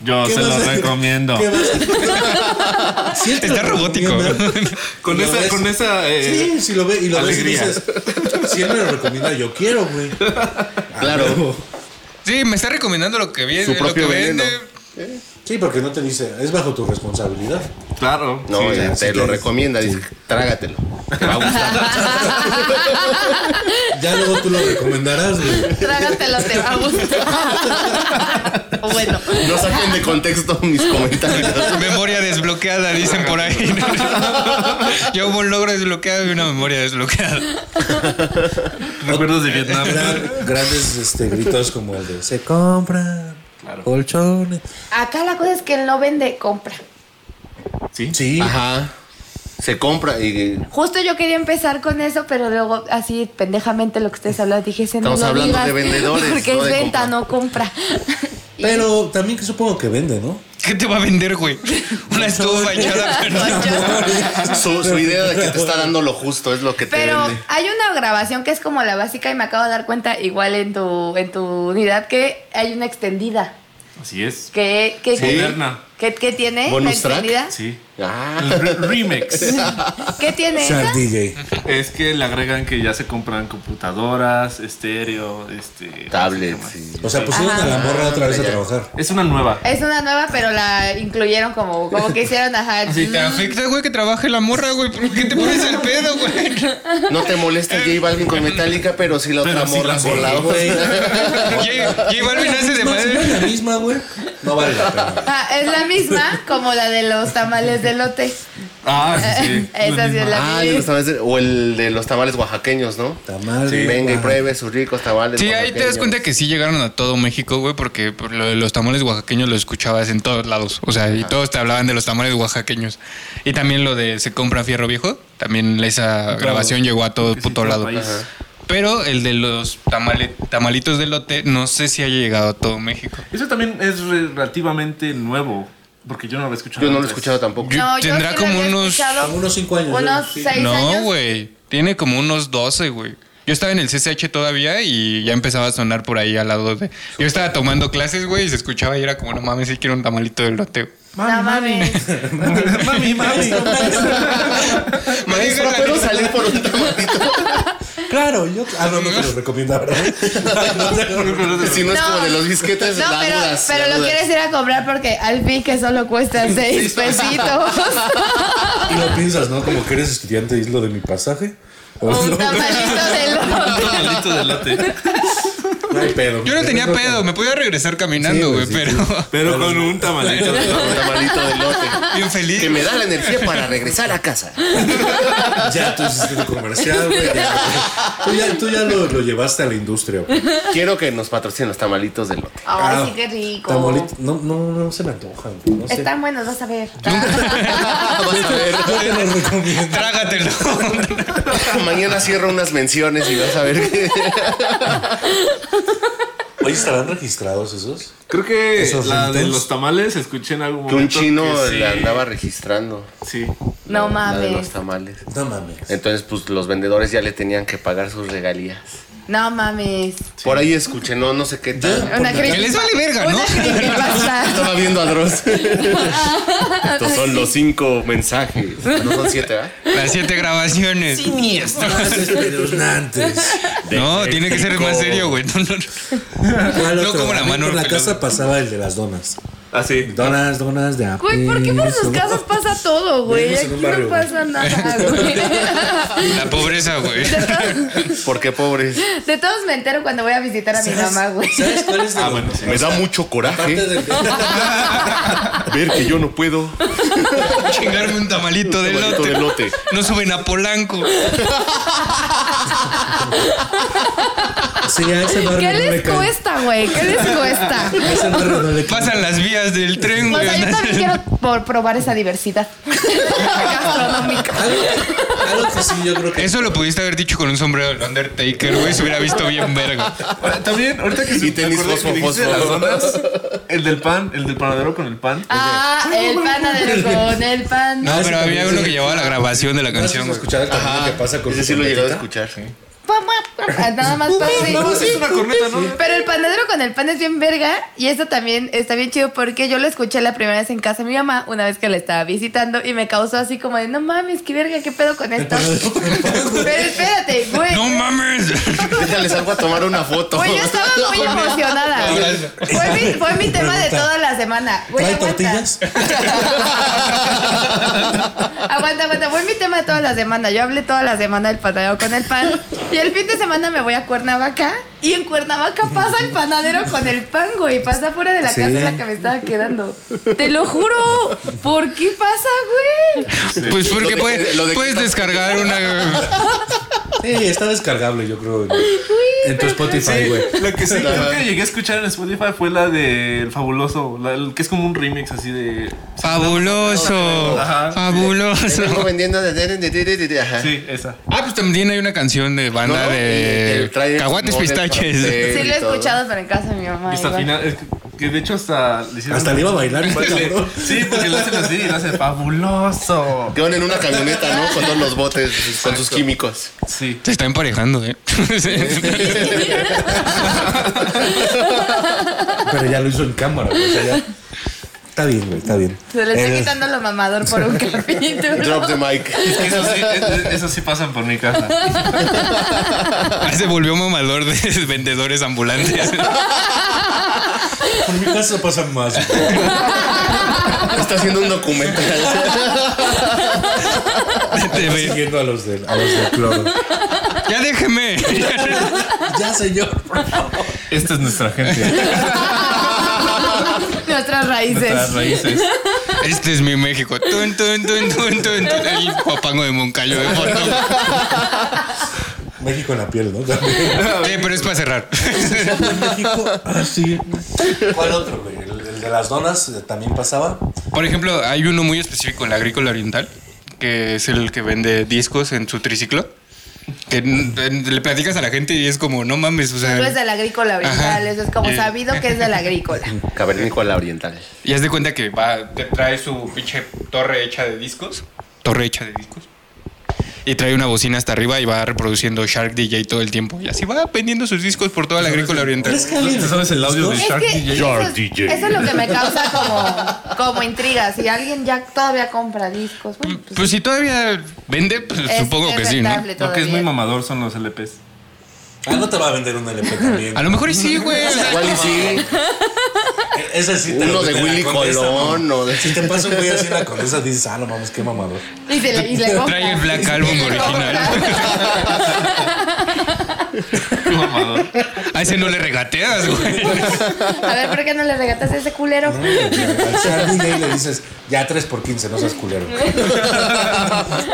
S6: Yo
S5: ¿Qué
S6: se
S5: vas a
S6: los
S5: hacer?
S6: recomiendo.
S5: ¿Qué
S6: <laughs>
S5: vas- Si él te
S3: Está
S5: lo
S3: robótico.
S5: recomienda,
S6: Con
S5: lo
S6: esa,
S5: ves-
S6: con esa. eh,
S5: Sí, si lo ve y lo
S6: alegría.
S5: ves y dices, si él me lo recomienda, yo quiero, güey. Ah,
S7: Claro.
S3: Sí, me está recomendando lo que viene,
S7: Su
S3: lo que
S7: propio
S3: vende.
S7: veneno.
S5: Sí, porque no te dice, es bajo tu responsabilidad.
S6: Claro.
S7: No,
S6: sí.
S7: ya,
S5: sí
S7: te lo
S5: que-
S7: recomienda. Dice, trágatelo. Te va a gustar.
S5: Ya luego tú lo recomendarás, güey.
S4: <laughs> Trágatelo, te va a gustar. <laughs> bueno,
S7: No saquen de contexto mis comentarios.
S3: Memoria desbloqueada, dicen por ahí.
S7: <laughs>
S3: Yo hubo un logro desbloqueado y una memoria desbloqueada.
S6: Recuerdos de
S5: <laughs>
S6: Vietnam.
S5: Gran- grandes este, gritos como el de se compran colchones.
S4: acá la cosa es que él no vende, compra.
S6: Sí.
S5: Sí,
S7: Ajá. Se compra y
S4: Justo yo quería empezar con eso, pero luego así pendejamente lo que ustedes hablaron, dije, ese no
S7: Estamos
S4: lo
S7: hablando
S4: digas,
S7: de vendedores,
S4: <laughs> Porque
S7: no
S4: es
S7: de
S4: venta,
S7: compra.
S4: no
S7: <laughs>
S4: compra. Y-
S5: pero también que supongo que vende, ¿no?
S3: ¿Qué te va a vender, güey? Una estufa echada a perder.
S7: su, su idea de que te está dando lo justo es lo que te
S4: Pero
S7: vende.
S4: hay una grabación que es como la básica y me acabo de dar cuenta igual en tu, en tu unidad que hay una extendida.
S6: Así es.
S4: que que,
S7: Sí.
S6: Moderna.
S4: que- que tiene? ¿La
S7: ¿Bonus track?
S4: extendida?
S6: Sí.
S7: Ah,
S6: El re- remix.
S4: ¿Qué tiene
S5: Shark
S4: esa?
S5: DJ.
S6: Es que le agregan que ya se compran computadoras, estéreo, este.
S7: tablets.
S6: no sé qué
S7: sí.
S5: O sea, pusieron a la morra otra vez a
S7: Ya.
S5: trabajar.
S6: más. Es una nueva.
S4: Es una nueva, pero la incluyeron como, como que hicieron
S3: <laughs>
S4: ajá. mm,
S3: Si te afecta, güey, que trabaje la morra, güey. ¿Por qué te pones el pedo, güey?
S7: No te molesta J Balvin con Metallica, pero si la otra
S6: Pero sí
S7: morra
S6: la
S7: con la
S6: sí,
S7: otra.
S3: J J Balvin hace de
S5: Si no
S3: madre.
S5: es la misma, güey, no vale la pena.
S4: Ah, es la misma como la de los tamales de lote.
S6: Ah, sí, sí.
S4: <laughs> Esa sí es la
S7: Ah, el de los
S4: misma.
S7: tamales de- o el de los tamales oaxaqueños, ¿no?
S5: Tamales,
S7: Sí, venga y
S5: oaxaqueños.
S7: pruebe sus ricos tamales.
S3: Sí, ahí te das
S7: oaxaqueños.
S3: cuenta que sí llegaron a todo México, güey, porque por lo de los tamales oaxaqueños lo escuchabas en todos lados. O sea, y todos te hablaban de los tamales oaqueños. Y también lo de se compra fierro viejo, también esa grabación llegó a todo
S6: que sí,
S3: puto
S6: todo
S3: lado.
S6: país. Ajá.
S3: Pero el de los tamale- tamalitos de lote, no sé si haya llegado a todo México.
S6: Eso también es relativamente nuevo. Porque yo no lo he escuchado.
S7: Ah, Yo no lo he
S6: antes.
S7: escuchado tampoco.
S3: Yo-
S4: No, yo
S3: Tendrá
S4: sí la
S3: como
S4: había
S3: unos-
S4: escuchado
S5: Como unos cinco años.
S4: Unos
S5: sí.
S4: seis
S3: No,
S4: años.
S3: güey. Tiene como unos 12, güey. Yo estaba en el CCH todavía y ya empezaba a sonar por ahí al lado de. Yo estaba tomando clases, güey, y se escuchaba y era como, no mames, sí quiero un tamalito de lote. güey".
S4: No mames.
S6: <laughs> Mami, mami.
S3: Maestra,
S7: Maestra, ¿puedo salir por un tamalito?
S5: Claro, yo. Ah, no, no te lo recomiendo, ¿verdad?
S7: Si no, es
S4: No.
S7: como de los bisquetes,
S4: No,
S7: la
S4: pero,
S7: dudas,
S4: pero
S7: la
S4: lo
S7: dudas.
S4: quieres ir a comprar porque al fin que solo cuesta seis pesitos.
S5: Y lo piensas, ¿no? Como que eres estudiante y es lo de mi pasaje. O
S4: O
S5: no,
S4: un tamalito de
S6: Un
S4: lote.
S6: tamalito de lote.
S5: no hay pedo.
S3: Yo no tenía pedo, me podía regresar caminando,
S5: Sí,
S3: güey,
S5: güey, sí,
S3: pero <laughs>
S6: Pero con un tamalito de lote.
S7: <laughs> Un tamalito de lote.
S3: bien feliz.
S7: Que me da la energía para regresar a casa.
S5: Ya tú hiciste tu comercial, güey. ya. Tú ya, tú ya lo, lo llevaste a la industria, güey.
S7: Quiero que nos patrocinen los tamalitos
S4: <laughs>
S7: de lote.
S4: Ay, sí, qué rico.
S5: Tamolito- Ah, No, no, no se me antojan, güey. No sé.
S4: Están buenos, vas a ver.
S7: Vas a ver.
S5: Yo <laughs> te lo
S3: <laughs>
S5: recomiendo.
S3: Trágatelo.
S7: Mañana cierro unas menciones y vas a ver.
S2: Oye, ¿estarán registrados esos?
S6: Creo que
S2: ¿Esos
S6: la de
S2: ritos?
S6: los tamales escuché en algún
S7: Que
S6: momento.
S7: un chino
S6: que sí.
S7: la andaba registrando.
S6: Sí.
S4: No
S7: la- La de los
S4: mames.
S7: tamales.
S5: No mames.
S7: Entonces, pues los vendedores ya le tenían que pagar sus regalías.
S4: No mames.
S7: Por ahí escuché, no, no sé qué tal.
S4: Una
S3: Que les vale verga, ¿no?
S4: Una
S7: <laughs>
S4: creepypasta.
S7: Estaba viendo a Dross. Estos son los cinco mensajes. No son siete, ¿ah? ¿verdad?
S3: Las siete grabaciones.
S5: Espeluznantes.
S3: No, tiene que ser más
S7: Eléctrico.
S3: serio, güey. No, no, no.
S5: ¿Cuál
S3: No
S5: otro?
S3: como la
S5: A mí
S3: mano
S5: Por la
S3: peluda.
S5: casa pasaba el de las donas.
S6: Ah, sí.
S5: Donas, donas de
S4: Güey, ¿por qué por sus casas pasa todo, güey?
S5: Vivimos
S4: Aquí
S5: en un barrio,
S4: no pasa nada, güey.
S3: La pobreza, güey.
S7: Porque pobres.
S4: <laughs> De todos me entero cuando voy a visitar a mi mamá,
S5: <laughs>
S4: güey.
S5: ¿Sabes cuál es de
S6: Ah,
S5: los-
S6: bueno, sí.
S7: Me da mucho
S5: Parte
S7: coraje
S5: de-
S7: ver que yo no puedo.
S3: Chingarme un tamalito de
S7: Tamalito de
S3: lote.
S7: elote.
S3: No suben a Polanco.
S5: Sí, a ese barrio
S4: ¿Qué
S5: no le
S4: les
S5: cae.
S4: cuesta, güey? ¿Qué les cuesta?
S5: A ese barrio no le cae.
S3: Pasan las vías del tren,
S4: O
S3: güey.
S4: sea, yo también quiero por probar esa diversidad <laughs> gastronómica.
S5: Algo que- algo que sí, yo creo que.
S3: Eso lo pudiste haber dicho con un sombrero del Undertaker, güey. Se hubiera visto bien verga.
S6: Ahora, Ah, También, ahorita que
S7: Y
S6: se
S7: tenis
S6: acordé que
S7: fosfo,
S6: dijiste de las
S7: fosfo.
S6: donas, el del pan, el del panadero con el pan.
S4: Ah, el panadero con el pan.
S3: No, pero había uno que llevaba la grabación de la
S5: ¿No has
S3: canción, güey.
S5: escuchado el camino que pasa con
S7: Ese
S5: su
S7: sí lo he llegado a
S5: trompetita?
S7: escuchar.
S4: Ah, Nada más para
S6: Nada más es una corneta, ¿no?
S4: Pero el panadero con el pan es bien verga y eso también está bien chido porque yo lo escuché la primera vez en casa de mi mamá una vez que la estaba visitando y me causó así como de no mames, qué verga, qué pedo con esto. <laughs> Pero espérate, güey.
S3: ¡No mames!
S7: <laughs> Déjales algo a tomar una foto.
S4: Güey, yo estaba muy emocionada. güey. Fue mi, fue mi tema de toda la semana. Güey,
S5: ¿Trae
S4: aguanta.
S5: tortillas?
S4: <laughs> Aguanta, aguanta. Fue mi tema de toda la semana. Yo hablé toda la semana del panadero con el pan. Y el fin de semana me voy a Cuernavaca. Y en Cuernavaca pasa el panadero con el pan, güey. Pasa fuera de la casa en la que me estaba quedando. Te lo juro. ¿Por qué pasa, güey?
S3: Pues
S7: Lo
S3: porque
S7: de-
S3: puede-
S7: lo de-
S3: puedes descargar una.
S5: Sí, está descargable, yo creo. en- En tu Spotify, güey.
S6: Lo que sí creo que llegué a escuchar en Spotify fue la del fabuloso, la- el que es como un remix así de.
S3: Fabuloso.
S6: Ajá.
S7: Vengo
S3: Fabuloso.
S7: vendiendo de- de- de- de- de- de- ajá.
S6: Sí, esa.
S3: Ah, pues también hay una canción de banda
S7: No, y
S3: de
S7: el trailer
S3: Caguates
S7: como de
S3: Pistaches.
S7: pastel.
S4: Sí, lo he
S7: y todo.
S4: escuchado, pero en casa de mi mamá.
S6: Y hasta
S4: igual.
S6: final, es que, que de hecho hasta le hicieron-
S5: Hasta le iba a bailar, este
S6: Sí,
S5: cabrón.
S6: Sí, porque lo hacen así y lo hacen fabuloso.
S7: Que van en una camioneta, ¿no? Con todos los botes, con sus químicos.
S6: Sí.
S3: Se está emparejando,
S7: <laughs>
S3: ¿eh?
S5: Pero ya lo hizo en cámara, güey, o sea, ya. Está bien, güey, está bien.
S4: Se le está
S5: Eh,
S4: quitando lo mamador por un
S7: Drop
S4: capítulo.
S7: the mic.
S6: Es que eso sí, es- eso sí pasan por mi casa.
S3: Se volvió mamador de vendedores ambulantes.
S5: Por mi casa pasan más. <laughs> güey.
S7: Está haciendo un documental.
S3: Te ve-
S5: Siguiendo a los del, a los del cloro.
S3: Ya déjeme.
S5: Ya, señor.
S6: Esta es
S4: <laughs>
S6: nuestra gente,
S4: Nuestras raíces. <laughs>
S6: nuestras raíces.
S3: Este es mi México. Tun, tun, tun, tun, tun, tun. El papango de Moncayo de fondo.
S7: <laughs>
S5: México en la piel, ¿no? También.
S3: Eh, pero es para cerrar.
S5: México. Ah, sí. ¿Cuál otro, güey? El, el de las donas eh, también pasaba.
S3: Por ejemplo, hay uno muy específico en la agrícola oriental, que es el que vende discos en su triciclo. Que n- n- le platicas a la gente y es como, no mames, o
S4: Eso es
S3: sea.
S4: del agrícola oriental,
S3: Ajá.
S4: eso es como
S3: Eh.
S4: sabido que es del agrícola.
S7: Cavernícola a la oriental.
S3: Y haz de cuenta que va, te trae su pinche torre hecha de discos. Torre hecha de discos. Y trae una bocina hasta arriba y va reproduciendo Shark DJ todo el tiempo. Y así va vendiendo sus discos por toda la agrícola oriental.
S6: ¿Tú sabes el audio de
S4: Es
S6: Shark
S4: que
S6: DJ?
S4: eso, eso es lo que me causa como, como intriga. Si alguien ya todavía compra discos, bueno, pues,
S3: Pues si todavía vende, pues,
S4: es-
S3: supongo
S4: es
S3: que sí, ¿no?
S4: rentable
S6: Lo que es muy
S4: todavía.
S6: mamador son los LPs.
S5: Ah, no te va a vender un LP también.
S3: A lo mejor y sí, güey. o sea,
S7: Igual y sí.
S5: E- Ese sí te
S7: Uno
S5: lo
S7: de
S5: vende la
S7: Willy
S5: Condesa,
S7: Colón
S5: ¿no?
S7: o de.
S5: Si te pasa un güey así en la condesa, dices, ah, no mames, qué mamador.
S4: Y, se le, y le compra.
S3: Trae el Black Album
S4: Y le
S3: original.
S4: <laughs> compra.
S6: Qué mamador.
S3: A ese no le regateas, güey.
S4: A ver, ¿por qué no le regatas a ese culero?
S5: No, Al Shark DJ le dices, ya 3 por 15 no
S4: <laughs>
S5: seas culero.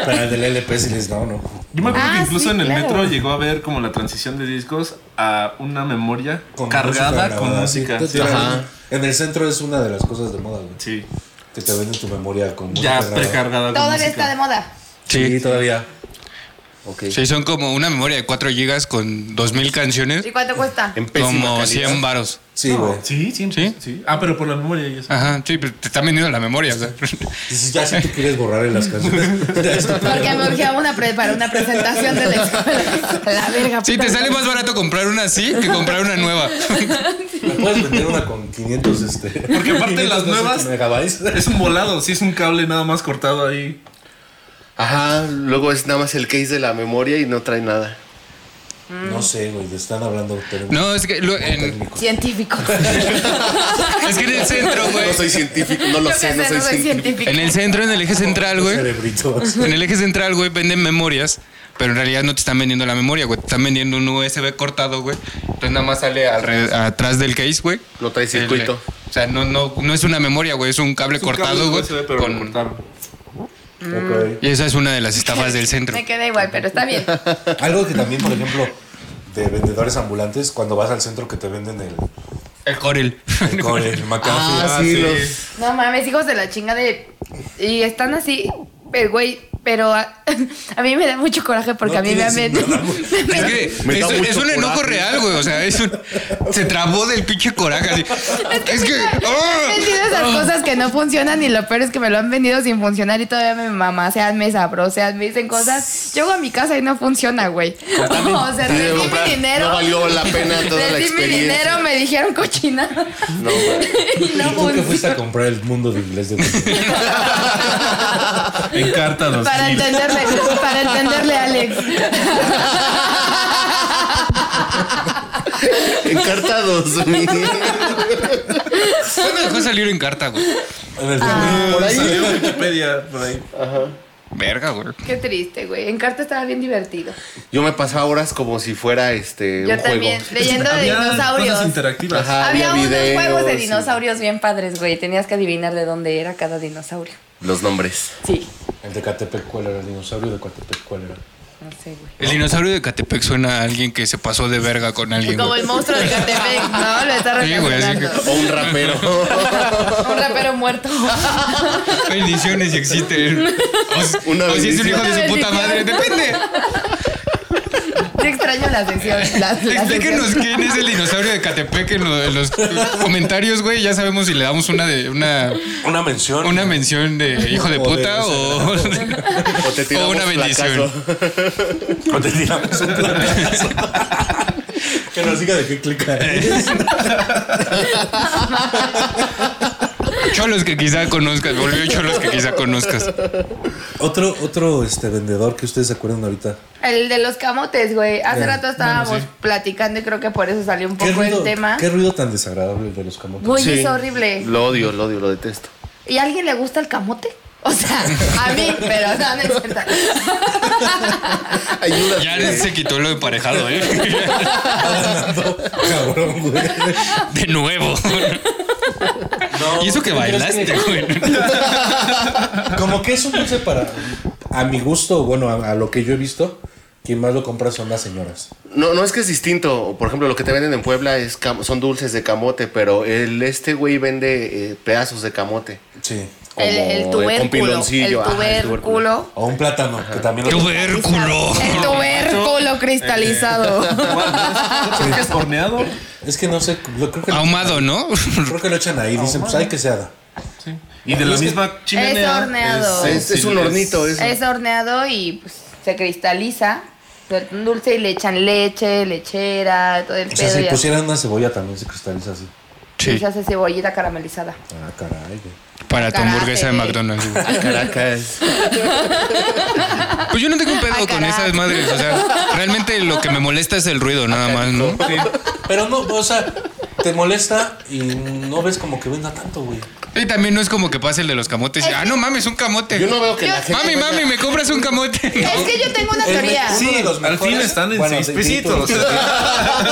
S5: Pero al del LP sí le dices, no, no.
S6: Yo me acuerdo
S4: Ah,
S6: que incluso
S4: sí,
S6: en el
S4: claro.
S6: metro llegó a ver como la transición de discos a una memoria
S5: Con
S6: cargada
S5: música
S6: con
S5: grabada,
S6: música.
S5: sí, te-
S6: Sí,
S5: te-
S7: Ajá.
S5: En el centro es una de las cosas de moda, güey.
S6: sí.
S5: Que te venden tu memoria con música
S6: ya
S5: grabada.
S6: precargada con
S4: Todavía
S6: música.
S4: está de moda.
S5: Sí, todavía.
S7: Ok.
S3: Sí, son como una memoria de 4 gigas con 2000 canciones,
S4: ¿Y cuánto cuesta?
S7: En pésima
S3: como
S7: calidad.
S3: 100 varos.
S5: Sí, güey.
S6: Sí, sí,
S3: ¿Sí?
S6: sí, Ah, pero por la memoria y
S5: <laughs>
S6: eso.
S3: Ajá, sí, pero te están vendiendo la memoria. o <laughs> sea.
S5: Dices, ya si tú quieres borrar en las canciones. ya es tu
S4: Porque me urgía una pre- para una presentación de la escuela. La verga.
S3: Sí,
S4: puta.
S3: te sale más barato comprar una así que comprar una nueva.
S5: Me puedes vender una con 500, este.
S6: <laughs> Porque aparte las
S5: 512
S6: nuevas-
S5: megabytes.
S6: <laughs> Es un volado, sí, es un cable nada más cortado ahí.
S7: Ajá, luego es nada más el case de la memoria y no trae nada.
S5: No sé, güey, te están hablando. pero-
S3: No, es que lo- en,
S4: Científico.
S3: es que en el centro, güey.
S7: No soy científico, no lo
S4: Yo
S7: sé,
S4: qué
S7: no
S4: sé,
S7: soy científico.
S3: En el centro, en el eje central, güey.
S5: Cerebritos.
S3: En el eje central, güey, venden memorias, pero en realidad no te están vendiendo la memoria, güey. Te están vendiendo un USB cortado, güey. Entonces nada más sale alre- atrás del case, güey.
S7: No trae circuito.
S3: El- o sea, no, no, no es una memoria, güey, es un cable cortado, güey. con-
S5: Ok.
S3: Y esa es una de las estafas del centro.
S4: Me queda igual, pero está bien.
S5: Algo que también, por ejemplo, de vendedores ambulantes, cuando vas al centro que te venden el,
S3: El Corel.
S6: <laughs>
S5: el, con el McAfee.
S7: Ah, sí, los-
S4: No mames, hijos de la chinga de. Y están así, pero güey, pero a, <laughs> a mí me da mucho coraje porque
S5: No
S4: a mí me
S5: tienes
S4: han vendido.
S5: nada,
S4: <laughs>
S5: güey.
S3: Es que
S7: Me da
S3: es,
S7: mucho
S3: es un enojo
S7: coraje.
S3: real, güey. O sea, es un, se trabó del pinche coraje. así. Es que. ¡ah!
S4: Me han vendido esas cosas que no funcionan y lo peor es que me lo han vendido sin funcionar y todavía mi mamá sean me sabrosean, me dicen cosas. Llego a mi casa y no funciona, güey. <laughs> O sea,
S7: Te debe
S4: les di
S7: comprar.
S4: mi dinero.
S7: No valió la pena toda la
S4: Les di mi
S7: experiencia.
S4: dinero, me dijeron cochina.
S7: No, güey.
S4: <laughs> y no
S5: ¿Y tú que fuiste
S4: funciona.
S5: a comprar el mundo de inglés de
S6: <laughs> Encarta los
S4: Para
S6: mil.
S4: entenderle, para entenderle,
S7: <laughs>
S4: Alex. <laughs>
S7: Encartados, mi.
S3: ¿Cuándo dejó salir en carta, güey?
S5: En el ah.
S7: Por ahí.
S6: Salió en Wikipedia por ahí.
S3: Verga, güey.
S4: Qué triste, güey. En carta estaba bien divertido.
S7: Yo me pasaba horas como si fuera este
S4: Yo
S7: un
S4: también,
S7: juego.
S4: leyendo de
S6: Había
S4: dinosaurios.
S6: Cosas interactivas. <laughs>
S7: Ajá,
S4: Había, unos
S7: videos
S4: juegos de
S7: y
S4: dinosaurios bien padres, güey. Tenías que adivinar de dónde era cada dinosaurio.
S7: Los nombres.
S4: Sí.
S5: El de Catepec, ¿cuál era? El dinosaurio de Catepec, ¿cuál era?
S4: No sé, güey.
S3: El dinosaurio de Catepec suena a alguien que se pasó de verga con alguien.
S4: Como
S3: güey.
S4: el monstruo de Catepec, <laughs> ¿no? Lo está
S3: Sí, güey, así
S4: relacionando.
S7: O
S3: <laughs>
S7: un rapero.
S4: Un rapero muerto.
S3: Bendiciones si existe. O, si-
S7: Una
S3: o si es un hijo
S7: bendición.
S3: de su puta
S4: Bendición.
S3: madre. Depende.
S4: Te extraño la sección. La, la
S3: Explíquenos
S4: sección.
S3: quién es el dinosaurio de Catepec en, lo- en los comentarios, güey. Ya sabemos si le damos una de una,
S5: Una mención.
S3: una mención de hijo de
S5: O de-
S3: puta o,
S7: O te tiramos
S3: o una bendición.
S7: placazo.
S5: O te tiramos un platazo. que nos diga de qué clica es.
S3: Cholos que quizá conozcas. Volvió cholos que quizá conozcas.
S5: Otro, otro este, vendedor que ustedes se acuerdan ahorita.
S4: El de los camotes, güey. Hace rato estábamos platicando y creo que por eso salió un
S5: ¿Qué
S4: poco
S5: ruido,
S4: el tema.
S5: qué ruido tan desagradable el de los camotes.
S4: Güey,
S7: Sí.
S4: es horrible.
S7: Lo odio, lo odio, lo detesto.
S4: ¿Y a alguien le gusta el camote? O sea, a mí, pero no, no es cierto.
S7: Ayuda.
S3: Ya se quitó lo emparejado, ¿eh?
S5: Cabrón, güey.
S3: <laughs> De nuevo. y eso que bailaste, güey.
S5: Como que es un dulce para. A mi gusto, bueno, a, a lo que yo he visto, quien más lo compra son las señoras.
S7: No, no es que es distinto. Por ejemplo, lo que te venden en Puebla es cam- son dulces de camote, pero el este güey vende eh, pedazos de camote.
S5: Sí.
S7: Como eh,
S4: El, el
S7: con
S4: tubérculo. El
S7: piloncillo. Ajá,
S4: <laughs>
S7: el
S4: tubérculo.
S5: O un plátano, que también lo
S3: Tubérculo.
S4: El tubérculo cristalizado.
S6: <laughs> ¿Crees que pues, es horneado?
S5: Es que no sé, lo, creo, que lo,
S3: Ahumado, ¿no?
S5: creo que lo echan ahí. Dicen, pues hay que se haga.
S6: Sí. Y de la misma chimenea.
S4: horneado.
S7: Es, es un hornito, es,
S4: Es horneado y pues, se cristaliza. Es un Dulce y le echan leche, lechera, todo el
S5: O sea,
S4: pedo.
S5: si
S4: y así.
S5: pusieran una cebolla también se cristaliza así.
S4: Y
S3: Sí.
S4: se hace cebollita caramelizada.
S5: Ah, caray, güey.
S3: Para tu
S4: Caraje.
S3: hamburguesa de McDonald's. güey.
S7: Ah, Caracas.
S3: Pues yo no tengo un pedo
S4: Ah,
S3: con
S4: caray.
S3: esas madres. O sea, realmente lo que me molesta es el ruido, nada más, ¿no?
S5: Pero no, o sea, te molesta y no ves como que venda tanto, güey.
S3: Y también no es como que pase el de los camotes. y, Ah, no mames, un camote.
S7: Yo no veo que la
S4: Yo-
S7: gente.
S4: <laughs>
S3: Mami,
S7: vaya-
S3: mami, me compras un camote. <laughs>
S4: Es que yo tengo una
S5: El-
S4: teoría.
S5: uno
S6: Sí,
S5: de los
S6: al fin
S5: mejores-
S6: están en
S5: bueno,
S6: seis
S5: sí,
S6: pesitos.
S5: sí,
S4: <laughs>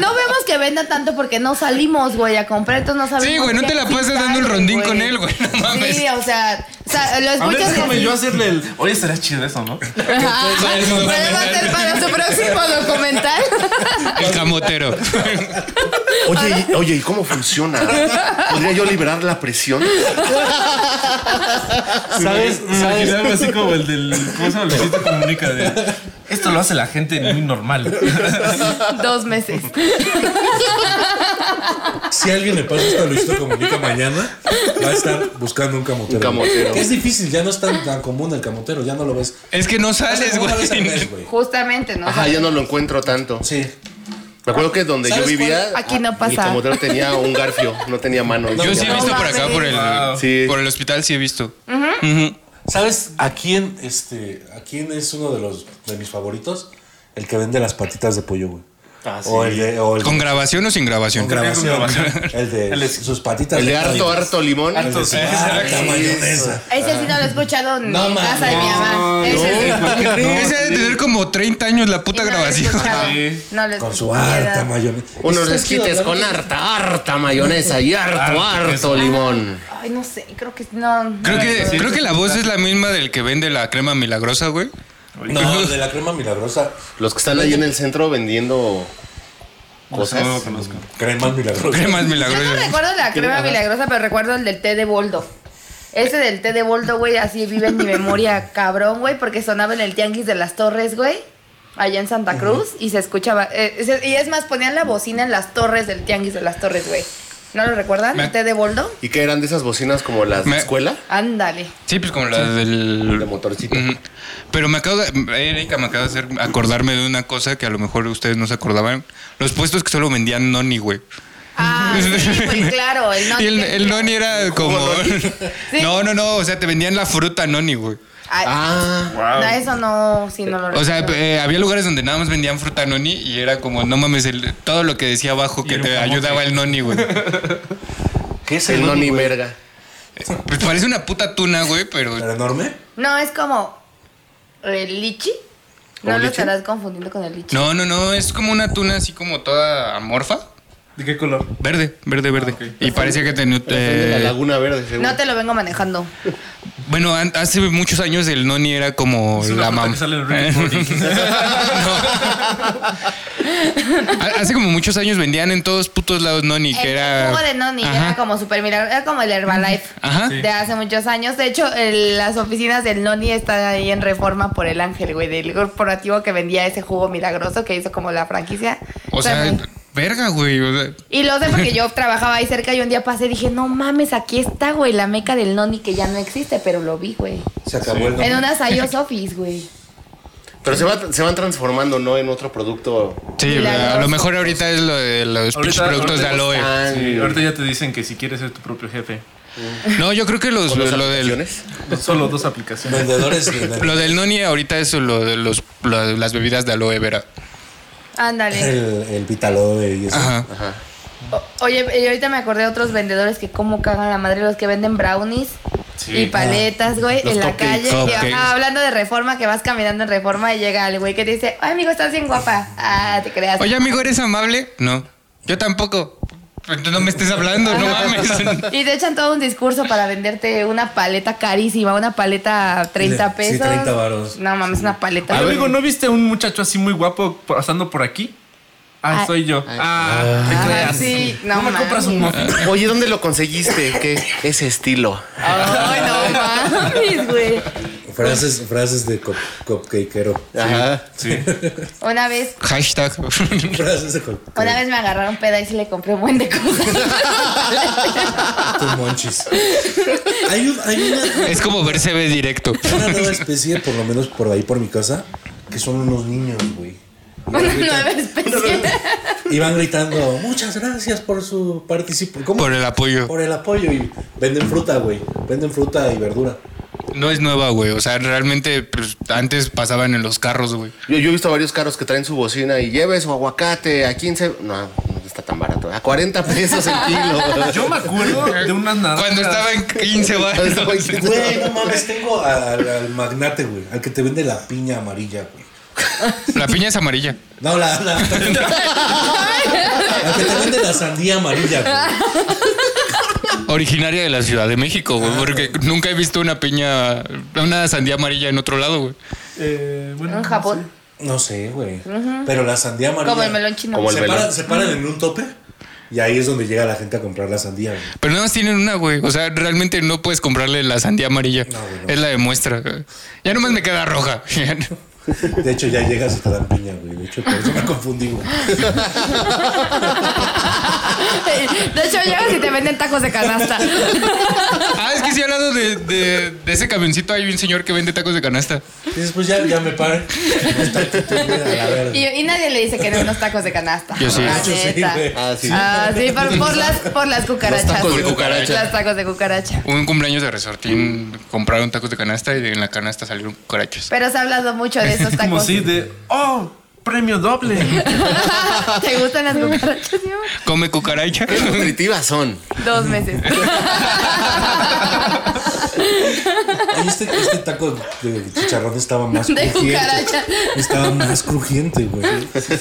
S4: No vemos que venda tanto porque no salimos, güey, a comprar, entonces no sabemos.
S3: Sí, güey, no
S4: qué
S3: te la pases
S4: quitar,
S3: dando el rondín con él, güey, no mames.
S4: Sí, o sea, sea, lo
S6: A ver,
S4: escuchas y
S6: déjame
S4: así.
S6: yo hacerle el. Oye, será chido eso, ¿no?
S4: Ajá. Podemos
S3: <laughs>
S4: hacer para su próximo documental. <laughs>
S3: El camotero.
S7: Oye, y, oye, ¿y cómo funciona? ¿Podría yo liberar la presión?
S6: ¿Sabes? ¿Sabes? Algo así como el del. ¿Cómo se llama? Luisito comunica de. Esto lo hace la gente muy normal.
S4: Dos meses.
S5: Si a alguien le pasa esto a Luisito Comunica mañana, va a estar buscando un camotero.
S7: Un camotero.
S5: Que es difícil, ya no es tan, tan común el camotero, ya no lo ves.
S3: Es que no
S5: Pasa
S3: sales,
S5: como una vez al
S3: güey.
S5: mes, güey.
S4: Justamente, ¿no?
S7: Ajá, ya no lo encuentro tanto.
S5: Sí.
S7: Me acuerdo que donde yo
S5: ¿Sabes
S7: vivía.
S4: cuál? Aquí no
S7: Mi
S4: pasa.
S7: camotero tenía un garfio, no tenía mano.
S3: Yo sí he
S4: No
S3: visto por acá,
S4: mames.
S3: por el,
S7: Sí.
S3: por el hospital, sí he visto.
S5: ¿Sabes a quién, este, a quién es uno de los de mis favoritos? El que vende las patitas de pollo, güey.
S7: Ah, sí.
S5: O el de. O el
S3: ¿Con grabación o sin grabación?
S5: con grabación.
S6: Con grabación.
S5: El de
S6: El de-
S5: sus patitas
S7: El de harto,
S5: pollo.
S7: harto limón.
S5: El de su harta mayonesa.
S4: Ese sí no lo he escuchado ni
S5: No
S4: en casa de mi
S5: mames.
S4: mamá. Ese sí.
S3: <laughs> No, Esa debe tener como 30 años la puta
S4: Y no lo he
S3: grabación.
S4: escuchado.
S6: Sí.
S4: No lo he
S5: Con su
S4: escuchado.
S5: harta mayonesa.
S7: Unos
S5: Está chido,
S7: esquites
S5: la
S7: con
S5: neta.
S7: harta, harta mayonesa y harto, harto limón.
S4: Ay, no sé, creo que no. no
S3: Creo
S4: lo
S3: que,
S4: he escuchado.
S3: creo que la voz es la misma del que vende la crema milagrosa, güey.
S5: No, el de la crema milagrosa.
S7: Los que están ahí en el centro vendiendo
S6: No lo
S7: cosas.
S6: conozco.
S5: Crema milagrosa.
S3: Cremas
S4: Yo no
S3: milagrosas.
S4: recuerdo la crema milagrosa, pero recuerdo el del té de boldo. Ese del té de boldo, güey, así vive en mi
S5: <laughs>
S4: memoria, cabrón, güey, porque sonaba en el tianguis de las torres, güey, allá en Santa Cruz, y se escuchaba. eh, se- y es más, ponían la bocina en las torres del tianguis de las torres, güey. ¿No lo recuerdan?
S3: Me-
S4: ¿El té de boldo?
S7: ¿Y qué eran de esas bocinas como las de
S3: Me-
S7: escuela?
S4: Ándale.
S3: Sí, pues como la del...
S7: De motorcito.
S3: Ujú. Pero me acabo de, Erika me acaba de hacer acordarme de una cosa que a lo mejor ustedes no se acordaban. Los puestos que solo vendían noni, güey.
S4: Ah, <laughs> sí, güey, claro, el no.
S3: Y el, el noni era como... <laughs>
S4: Sí.
S3: No, no, no, o sea, te vendían la fruta noni, güey.
S4: Ay,
S7: Ah,
S6: Wow.
S4: no, eso no, sí, no lo
S3: O sea,
S4: recuerdo.
S3: eh, había lugares donde nada más vendían fruta noni y era como, no mames, el- todo lo que decía abajo
S6: Y
S3: que
S6: era
S3: te
S6: un camote.
S3: ayudaba el noni,
S6: <laughs>
S3: güey.
S5: ¿Qué es
S7: el noni
S5: güey?
S7: verga.
S3: Pues parece una puta tuna, güey, pero...
S5: ¿Pero enorme?
S4: No, es como. ¿El lichi? No
S7: ¿Como
S4: lo
S7: lichi?
S4: estarás confundiendo con el lichi.
S3: No, no, no, es como una tuna así como toda amorfa.
S6: ¿De qué color?
S3: Verde,
S6: Ah,
S3: verde, verde. Y parecía que tenía...
S7: De la
S3: eh,
S7: laguna verde, seguro.
S4: No te lo vengo manejando.
S3: Bueno, an- hace muchos años el noni era como
S6: Es una
S3: la
S6: fruta
S3: mamá.
S6: que sale en Rick and
S3: <laughs>
S6: Morty. <laughs>
S3: Hace como muchos años vendían en todos putos lados noni, que
S4: El
S3: era.
S4: jugo de Noni
S3: Ajá.
S4: era como super milagro, era como el Herbalife
S3: Ajá.
S4: de hace muchos años. De hecho, el- las oficinas del Noni están ahí en reforma por el Ángel, güey, del corporativo que vendía ese jugo milagroso que hizo como la franquicia.
S3: O
S4: Está
S3: sea,
S4: muy-
S3: verga, güey. o sea,
S4: y lo sé porque yo trabajaba ahí cerca y un día pasé y dije, no mames, aquí está, güey, la meca del Noni que ya no existe, pero lo vi, güey.
S5: Se acabó el nombre.
S4: En unas IOS Office, güey.
S7: Pero se, va- se van transformando, ¿no? En otro producto.
S3: sí,
S4: Milagroso.
S3: a lo mejor ahorita es lo de los pinches
S6: Ahorita-
S3: productos de
S6: ahorita
S3: aloe.
S7: están-
S6: Sí, ahorita ya te dicen que si quieres ser tu propio jefe,
S3: No, yo creo que los,
S7: ¿Con las
S3: lo, del,
S7: aplicaciones?
S6: solo dos aplicaciones.
S5: Vendedores de-
S3: lo <laughs>
S5: de-
S3: del noni ahorita es lo de los, lo- las bebidas de aloe vera.
S5: <laughs>
S4: Ándale.
S5: el, el Vitaloe y eso.
S3: Ajá.
S7: Ajá.
S4: O- Oye, y ahorita me acordé de otros vendedores que como cagan la madre los que venden brownies
S6: Sí. ah,
S4: y paletas, güey,
S7: Los
S4: en la
S7: cupcakes.
S4: calle. Y,
S3: Cupcakes.
S4: ajá, hablando de reforma, que vas caminando en reforma y llega el güey que te dice, ay, amigo, estás bien guapa. Ah, te creas.
S3: Oye, amigo, ¿eres amable? No. Yo tampoco. Entonces No me estés hablando, no mames. <laughs>
S4: Y te echan todo un discurso para venderte una paleta carísima, una paleta a 30
S5: Sí,
S4: pesos.
S5: 30 varos.
S4: No mames, una paleta.
S6: A ver,
S4: güey.
S6: digo, ¿no viste a un muchacho así muy guapo pasando por aquí? Ah,
S4: Ah.
S6: soy yo. Ah, te
S4: Ah,
S6: creas.
S4: sí, no
S6: no, me
S4: mames.
S6: compras un
S7: <laughs>
S6: muffin.
S7: Oye, ¿dónde lo conseguiste? ¿Qué? Ese estilo.
S4: Ay, no mames, güey.
S5: Frases, frases de cop, cupcakeero. <laughs>
S7: Ajá.
S4: Una vez,
S3: Hashtag. <laughs>
S5: Frases de
S4: una
S5: cupcake.
S4: vez me agarraron peda y sí le compré un buen de cosas.
S6: <laughs>
S5: Tu monchis. Hay, un- hay una,
S3: es como ver CB directo.
S5: una nueva especie, por lo menos por ahí por mi casa, que son unos niños, güey.
S4: Una nueva especie.
S5: Y van gritando, muchas gracias por su participación.
S3: Por el apoyo.
S5: Por el apoyo. Y venden fruta, güey. Venden fruta y verdura.
S3: No es nueva, güey. O sea, realmente pues, antes pasaban en los carros, güey.
S7: Yo, yo he visto varios carros que traen su bocina y lleve su aguacate a 15. No, no está tan barato. A 40 pesos el
S3: <laughs>
S7: kilo. <laughs>
S6: Yo me acuerdo de unas naranjas.
S3: Cuando estaba en 15 baros.
S7: <laughs>
S5: Güey, no mames, tengo al, al magnate, güey. Al que te vende la piña amarilla, güey.
S3: La piña es amarilla.
S5: No, la. la
S4: <laughs>
S5: al que te vende la sandía amarilla, güey.
S3: O originaria de la Ciudad de México, güey, porque nunca he visto una piña, una sandía amarilla en otro lado, güey.
S6: Eh, bueno,
S4: En Japón.
S5: No sé, güey. Pero la sandía amarilla.
S4: Como el melón chino.
S7: Como el
S5: se,
S7: melón.
S5: paran, se paran en un tope y ahí es donde llega la gente a comprar la sandía, güey.
S3: Pero nada más tienen una, güey. O sea, realmente no puedes comprarle la sandía amarilla.
S5: güey, no.
S3: Es la de muestra. güey. Ya nomás me queda roja.
S5: De hecho, ya llegas y te dan piña, güey. De hecho, por eso me confundí, güey.
S4: <laughs> De hecho, llegas y te venden tacos de canasta.
S3: ah, es que sí, al lado de, de- de ese camioncito hay un señor que vende tacos de canasta.
S5: Dices, pues ya, ya me <laughs> paran. Unos taquitos, güey, a la verga.
S4: Y, y nadie le dice que no unos tacos de canasta.
S3: Yo sí.
S4: La
S5: Yo sí,
S4: neta.
S5: güey.
S7: Ah, sí.
S4: Ah, sí, por, por las, por las cucarachas.
S7: Los tacos de cucaracha.
S4: Los tacos de cucaracha.
S3: Un cumpleaños de resortín compraron tacos de canasta y de- en la canasta salieron cucarachas.
S4: Pero se ha hablado mucho de esos
S6: Como
S4: tacos.
S6: si de. ¡Oh! ¡Premio doble!
S4: <laughs> ¿Te gustan las cucarachas? Diego?
S3: Come cucaracha.
S7: Qué nutritivas son.
S4: Dos meses.
S5: Ay, este, este taco de chicharrón estaba más
S4: De
S5: crujiente.
S4: cucaracha.
S5: Estaba más crujiente, güey.
S4: <laughs> Pues sí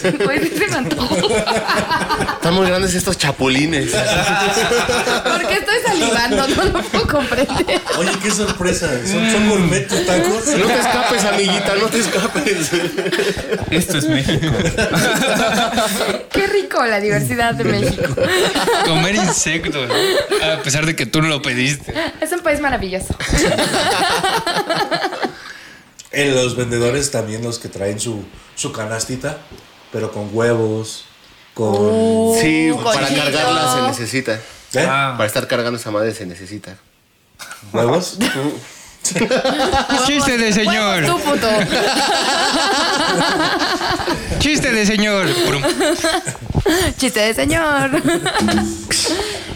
S4: se me antojó.
S7: Están muy grandes estos chapulines.
S4: Porque estoy salivando, no lo puedo comprender.
S5: Oye, qué sorpresa. Son, son gourmet tus tacos.
S7: No te escapes, amiguita, no te escapes.
S6: Esto es México.
S4: Qué rico la diversidad de México.
S3: Comer insectos. ¿no? A pesar de que tú no lo pediste.
S4: Es un país maravilloso.
S5: En Eh, los vendedores también los que traen su, su canastita, pero con huevos, con...
S7: Sí,
S4: Uh,
S7: para
S4: cochino.
S7: cargarla se necesita.
S5: ¿Eh?
S6: Ah.
S7: Para estar cargando esa madre se necesita.
S4: <laughs>
S5: ¿Huevos?
S3: Chiste de
S4: Tú,
S3: señor. <laughs>
S4: puto.
S3: Chiste de señor. Brum.
S4: Chiste de señor.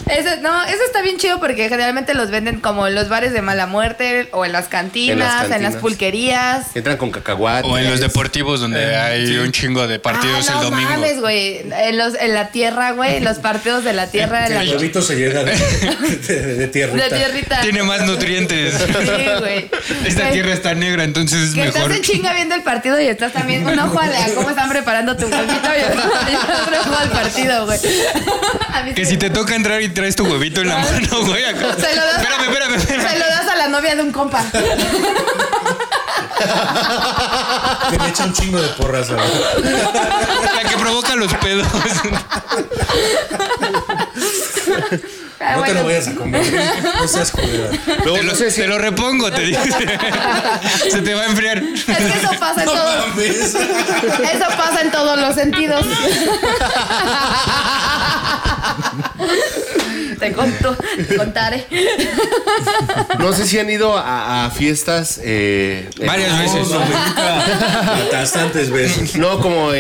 S4: Eso, no, eso está bien chido porque generalmente los venden como en los bares de mala muerte o en las cantinas, en
S7: En las
S4: las,
S7: cantinas.
S4: pulquerías.
S7: Entran con cacahuate.
S3: O en los deportivos donde hay un chingo de partidos
S4: Eh, Ah, no
S3: el domingo.
S4: mames, güey. En, los- en la tierra, güey. en Los partidos de la tierra. de la,
S5: El huevito se llena de, de, de
S4: de
S5: tierrita.
S4: tierrita.
S3: Tiene
S4: <laughs>
S3: más nutrientes.
S4: Sí, güey.
S3: Esta
S4: Güey,
S3: tierra está negra, entonces es
S4: Que estás
S3: mejor.
S4: en chinga viendo el partido y estás también un ojo a la- cómo están preparando tu huevito y otro ojo al partido, güey. <laughs> A mí
S3: Que
S4: sí
S3: si
S4: me-
S3: te toca entrar y traes tu huevito en la mano, güey. acá.
S4: Se lo das-
S3: Espérame, espérame, espérame.
S4: Se lo das a la novia de un compa.
S5: Que me echa un chingo de porras. ¿sabes?
S3: La que provoca los pedos.
S4: Ah,
S5: No te
S4: bueno.
S5: lo vayas a comer. No seas jodida.
S7: Luego,
S3: Te lo,
S7: no sé si-
S3: te lo repongo, te
S4: <laughs>
S3: dice. Se te va a enfriar.
S4: Es que eso pasa en
S5: No
S4: todo.
S5: mames.
S4: Eso pasa en todos los sentidos. Te conto, te contaré.
S7: no sé si han ido a, a fiestas. eh, en-
S3: Varias veces.
S5: Bastantes veces.
S7: No, como en,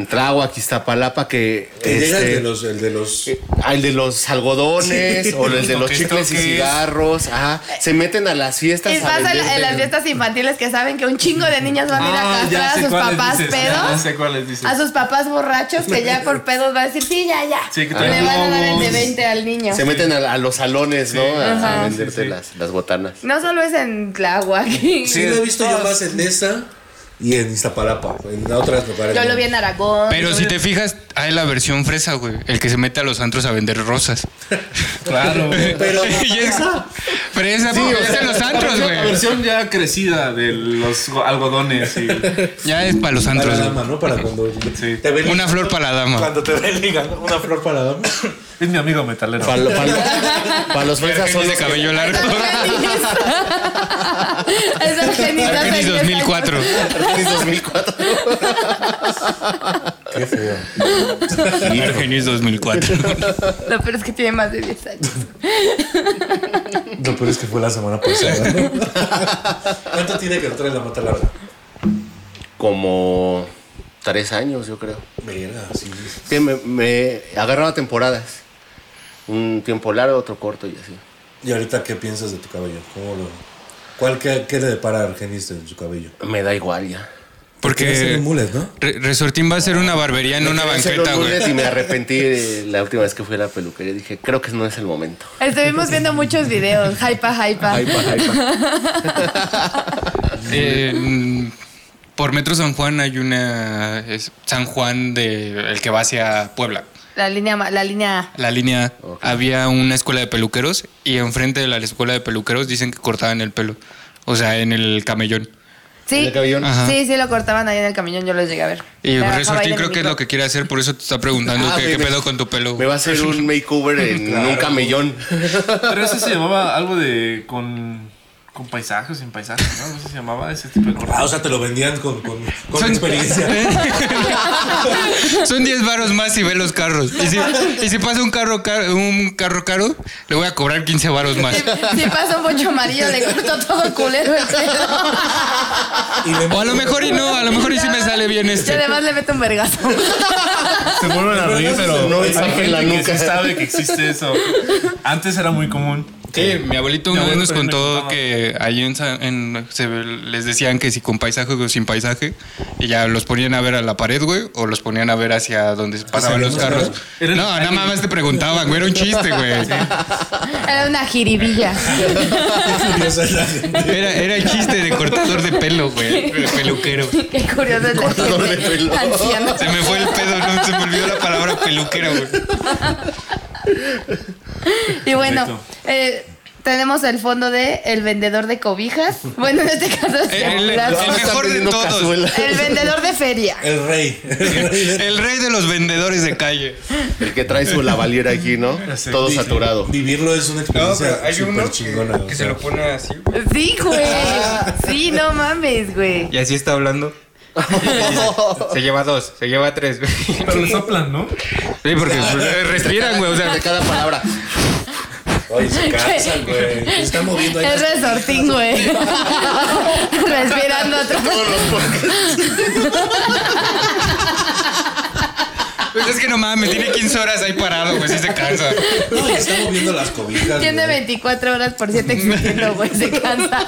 S7: en Tláhuac, Iztapalapa, que.
S5: Que llega el
S7: este,
S5: de los... El de los
S7: Ah, el de los algodones
S5: Sí.
S7: o el de los
S6: Toques,
S7: chicles y
S6: toques.
S7: cigarros. Ajá. Se meten a las fiestas.
S4: Y
S7: a
S4: pasa en,
S7: vender
S4: en las fiestas infantiles que saben que un chingo de niñas van a
S6: Ah,
S4: ir a castrar a sus papás
S6: Ya
S4: pedos.
S6: sé cuáles dices.
S4: A sus papás borrachos que ya por pedos va a decir, sí, ya, ya.
S6: Sí, que
S4: Y le
S6: traen
S4: van a dar el de
S6: globos.
S4: 20 al niño.
S7: Se meten a, a los salones, ¿no? A- A,
S4: Ajá.
S7: venderte
S6: Sí, sí.
S7: Las, las
S5: <laughs>
S7: botanas.
S4: No solo es en Tláhuac.
S5: Sí, lo he visto yo más en esa y en Iztapalapa. En otras me parece.
S4: Yo lo vi en Aragón.
S3: Pero si te fijas, hay la versión fresa, güey. El que se mete a los antros a vender rosas.
S6: Claro.
S5: Pero
S3: <laughs> Y es- Fresa, porque es en los antros,
S6: La
S3: güey.
S6: versión ya crecida de los algodones y. <laughs>
S3: Ya es para los
S5: para
S3: antros.
S5: la
S3: güey.
S5: dama, ¿no? Para cuando
S6: Sí.
S5: te ven
S3: Una flor para la dama.
S5: Cuando te ven ligando, una flor para la dama.
S6: Es mi amigo metalero.
S7: Para los fresas
S3: Son
S7: son
S3: de
S7: los que-
S3: cabello largo.
S4: <laughs> Es Argenis.
S3: Argenis 2004.
S7: Argenis 2004.
S5: Qué feo.
S3: Argenis 2004.
S4: No, pero es que tiene más de 10 años.
S5: Lo peor es que fue la semana pasada. <laughs> ¿no? ¿Cuánto tiene que no traes la mata larga?
S7: Como tres años, yo creo.
S5: Verga, sí.
S7: Sí, me, me agarraba temporadas. Un tiempo largo, otro corto y así.
S5: ¿Y ahorita qué piensas de tu cabello? ¿Cómo lo.? ¿Cuál qué, qué le depara a Argenis en su cabello?
S7: Me da igual ya.
S5: Tiene
S3: Porque
S5: un mullet, ¿no?
S3: Re- Resortín va a ser una barbería en una
S7: Quería hacer
S3: banqueta,
S7: los lunes
S3: güey.
S7: Y me arrepentí eh, la última vez que fui a la peluquería. Dije, creo que no es el momento.
S4: Estuvimos viendo muchos videos. Hypa, hypa.
S7: Ay, pa, ay, pa.
S3: <laughs> Eh, mm, por Metro San Juan hay una es San Juan de el que va hacia Puebla.
S4: La línea, ma- la línea.
S3: La línea había una escuela de peluqueros y enfrente de la escuela de peluqueros dicen que cortaban el pelo. O sea, en el camellón.
S4: Sí,
S7: ¿El cabellón?
S3: Ajá.
S4: sí, sí, lo cortaban ahí en el camión, yo los llegué a ver.
S3: Y
S4: La bajaba ahí
S3: Resortín
S4: de
S3: creo
S4: mi
S3: que es lo
S4: micro.
S3: que quiere hacer, por eso te está preguntando
S7: Ah,
S3: qué,
S7: me-
S3: qué
S7: me-
S3: pedo con tu pelo.
S7: Me va a hacer un makeover en un camellón.
S6: Pero ese se llamaba algo de. con. con paisajes, sin paisajes, ¿no? No sé si se llamaba ese tipo de
S2: Ah, o
S6: corte.
S2: sea, te lo vendían con, con, con
S3: Son- <laughs>
S2: experiencia.
S3: Son 10 varos más y ve los carros. Y si, y si pasa un carro, caro, un carro caro, le voy a cobrar 15 varos más.
S4: Si, si pasa un bocho amarillo, le corto todo el culero. el pelo.
S2: Y le-
S3: O a lo mejor y no, a lo mejor y sí me sale bien
S4: Y
S3: este.
S4: además le meto un vergazo.
S6: Se vuelven a reír, pero
S7: No,
S6: hay
S7: esa fue
S6: gente
S7: la
S6: que
S7: nuca.
S6: sí sabe que existe eso. Antes era muy común.
S3: Sí, mi abuelito una
S6: Mi
S3: vez nos
S6: abuelito también
S3: contó
S6: me
S3: que ahí en, Sa- en- se, les decían que si con paisaje o sin paisaje, y ya los ponían a ver a la pared, güey, o los ponían a ver hacia donde pasaban los carros. No, nada más te preguntaban, güey, era un chiste, güey.
S4: Era una
S3: <laughs>
S4: jiribilla.
S5: Qué curiosa es la gente.
S3: Era, era el chiste de cortador de pelo, güey, de peluquero.
S4: Qué curioso es la
S7: Cortador
S4: gente
S7: de pelo.
S4: anciana.
S3: Se me fue el pedo, no se me olvidó la palabra peluquero, güey.
S4: Y bueno,
S6: Perfecto.
S4: eh, tenemos el fondo de el vendedor de cobijas. Bueno, en este caso es
S3: El- el-
S4: las-
S3: el
S7: Están
S3: mejor de
S7: vendiendo
S3: todos.
S7: cazuela.
S4: el vendedor de feria.
S2: El rey. El rey de-
S3: El rey de los vendedores de calle.
S7: El que trae su lavalier aquí, ¿no? <laughs>
S6: sé.
S7: Todo saturado.
S5: Vivirlo es una experiencia súper chingona. o sea.
S3: pone así.
S4: Sí, güey. Sí, no mames, güey.
S3: Y así está hablando. Se lleva dos, se lleva tres. <laughs> güey. Sí,
S6: Pero le soplan, ¿no?
S3: porque eh, respiran, güey. O sea,
S7: De cada palabra.
S5: Ay,
S3: <laughs>
S5: se cansan, güey. Se está moviendo ahí.
S4: Es resortín, güey. <laughs> Respirando atrás.
S3: pues es que no mames, tiene 15 horas ahí parado, güey. Sí se cansa.
S5: No, y está moviendo las cobijas.
S4: Tiene
S5: güey.
S4: 24 horas por 7 existiendo, güey. Se cansa.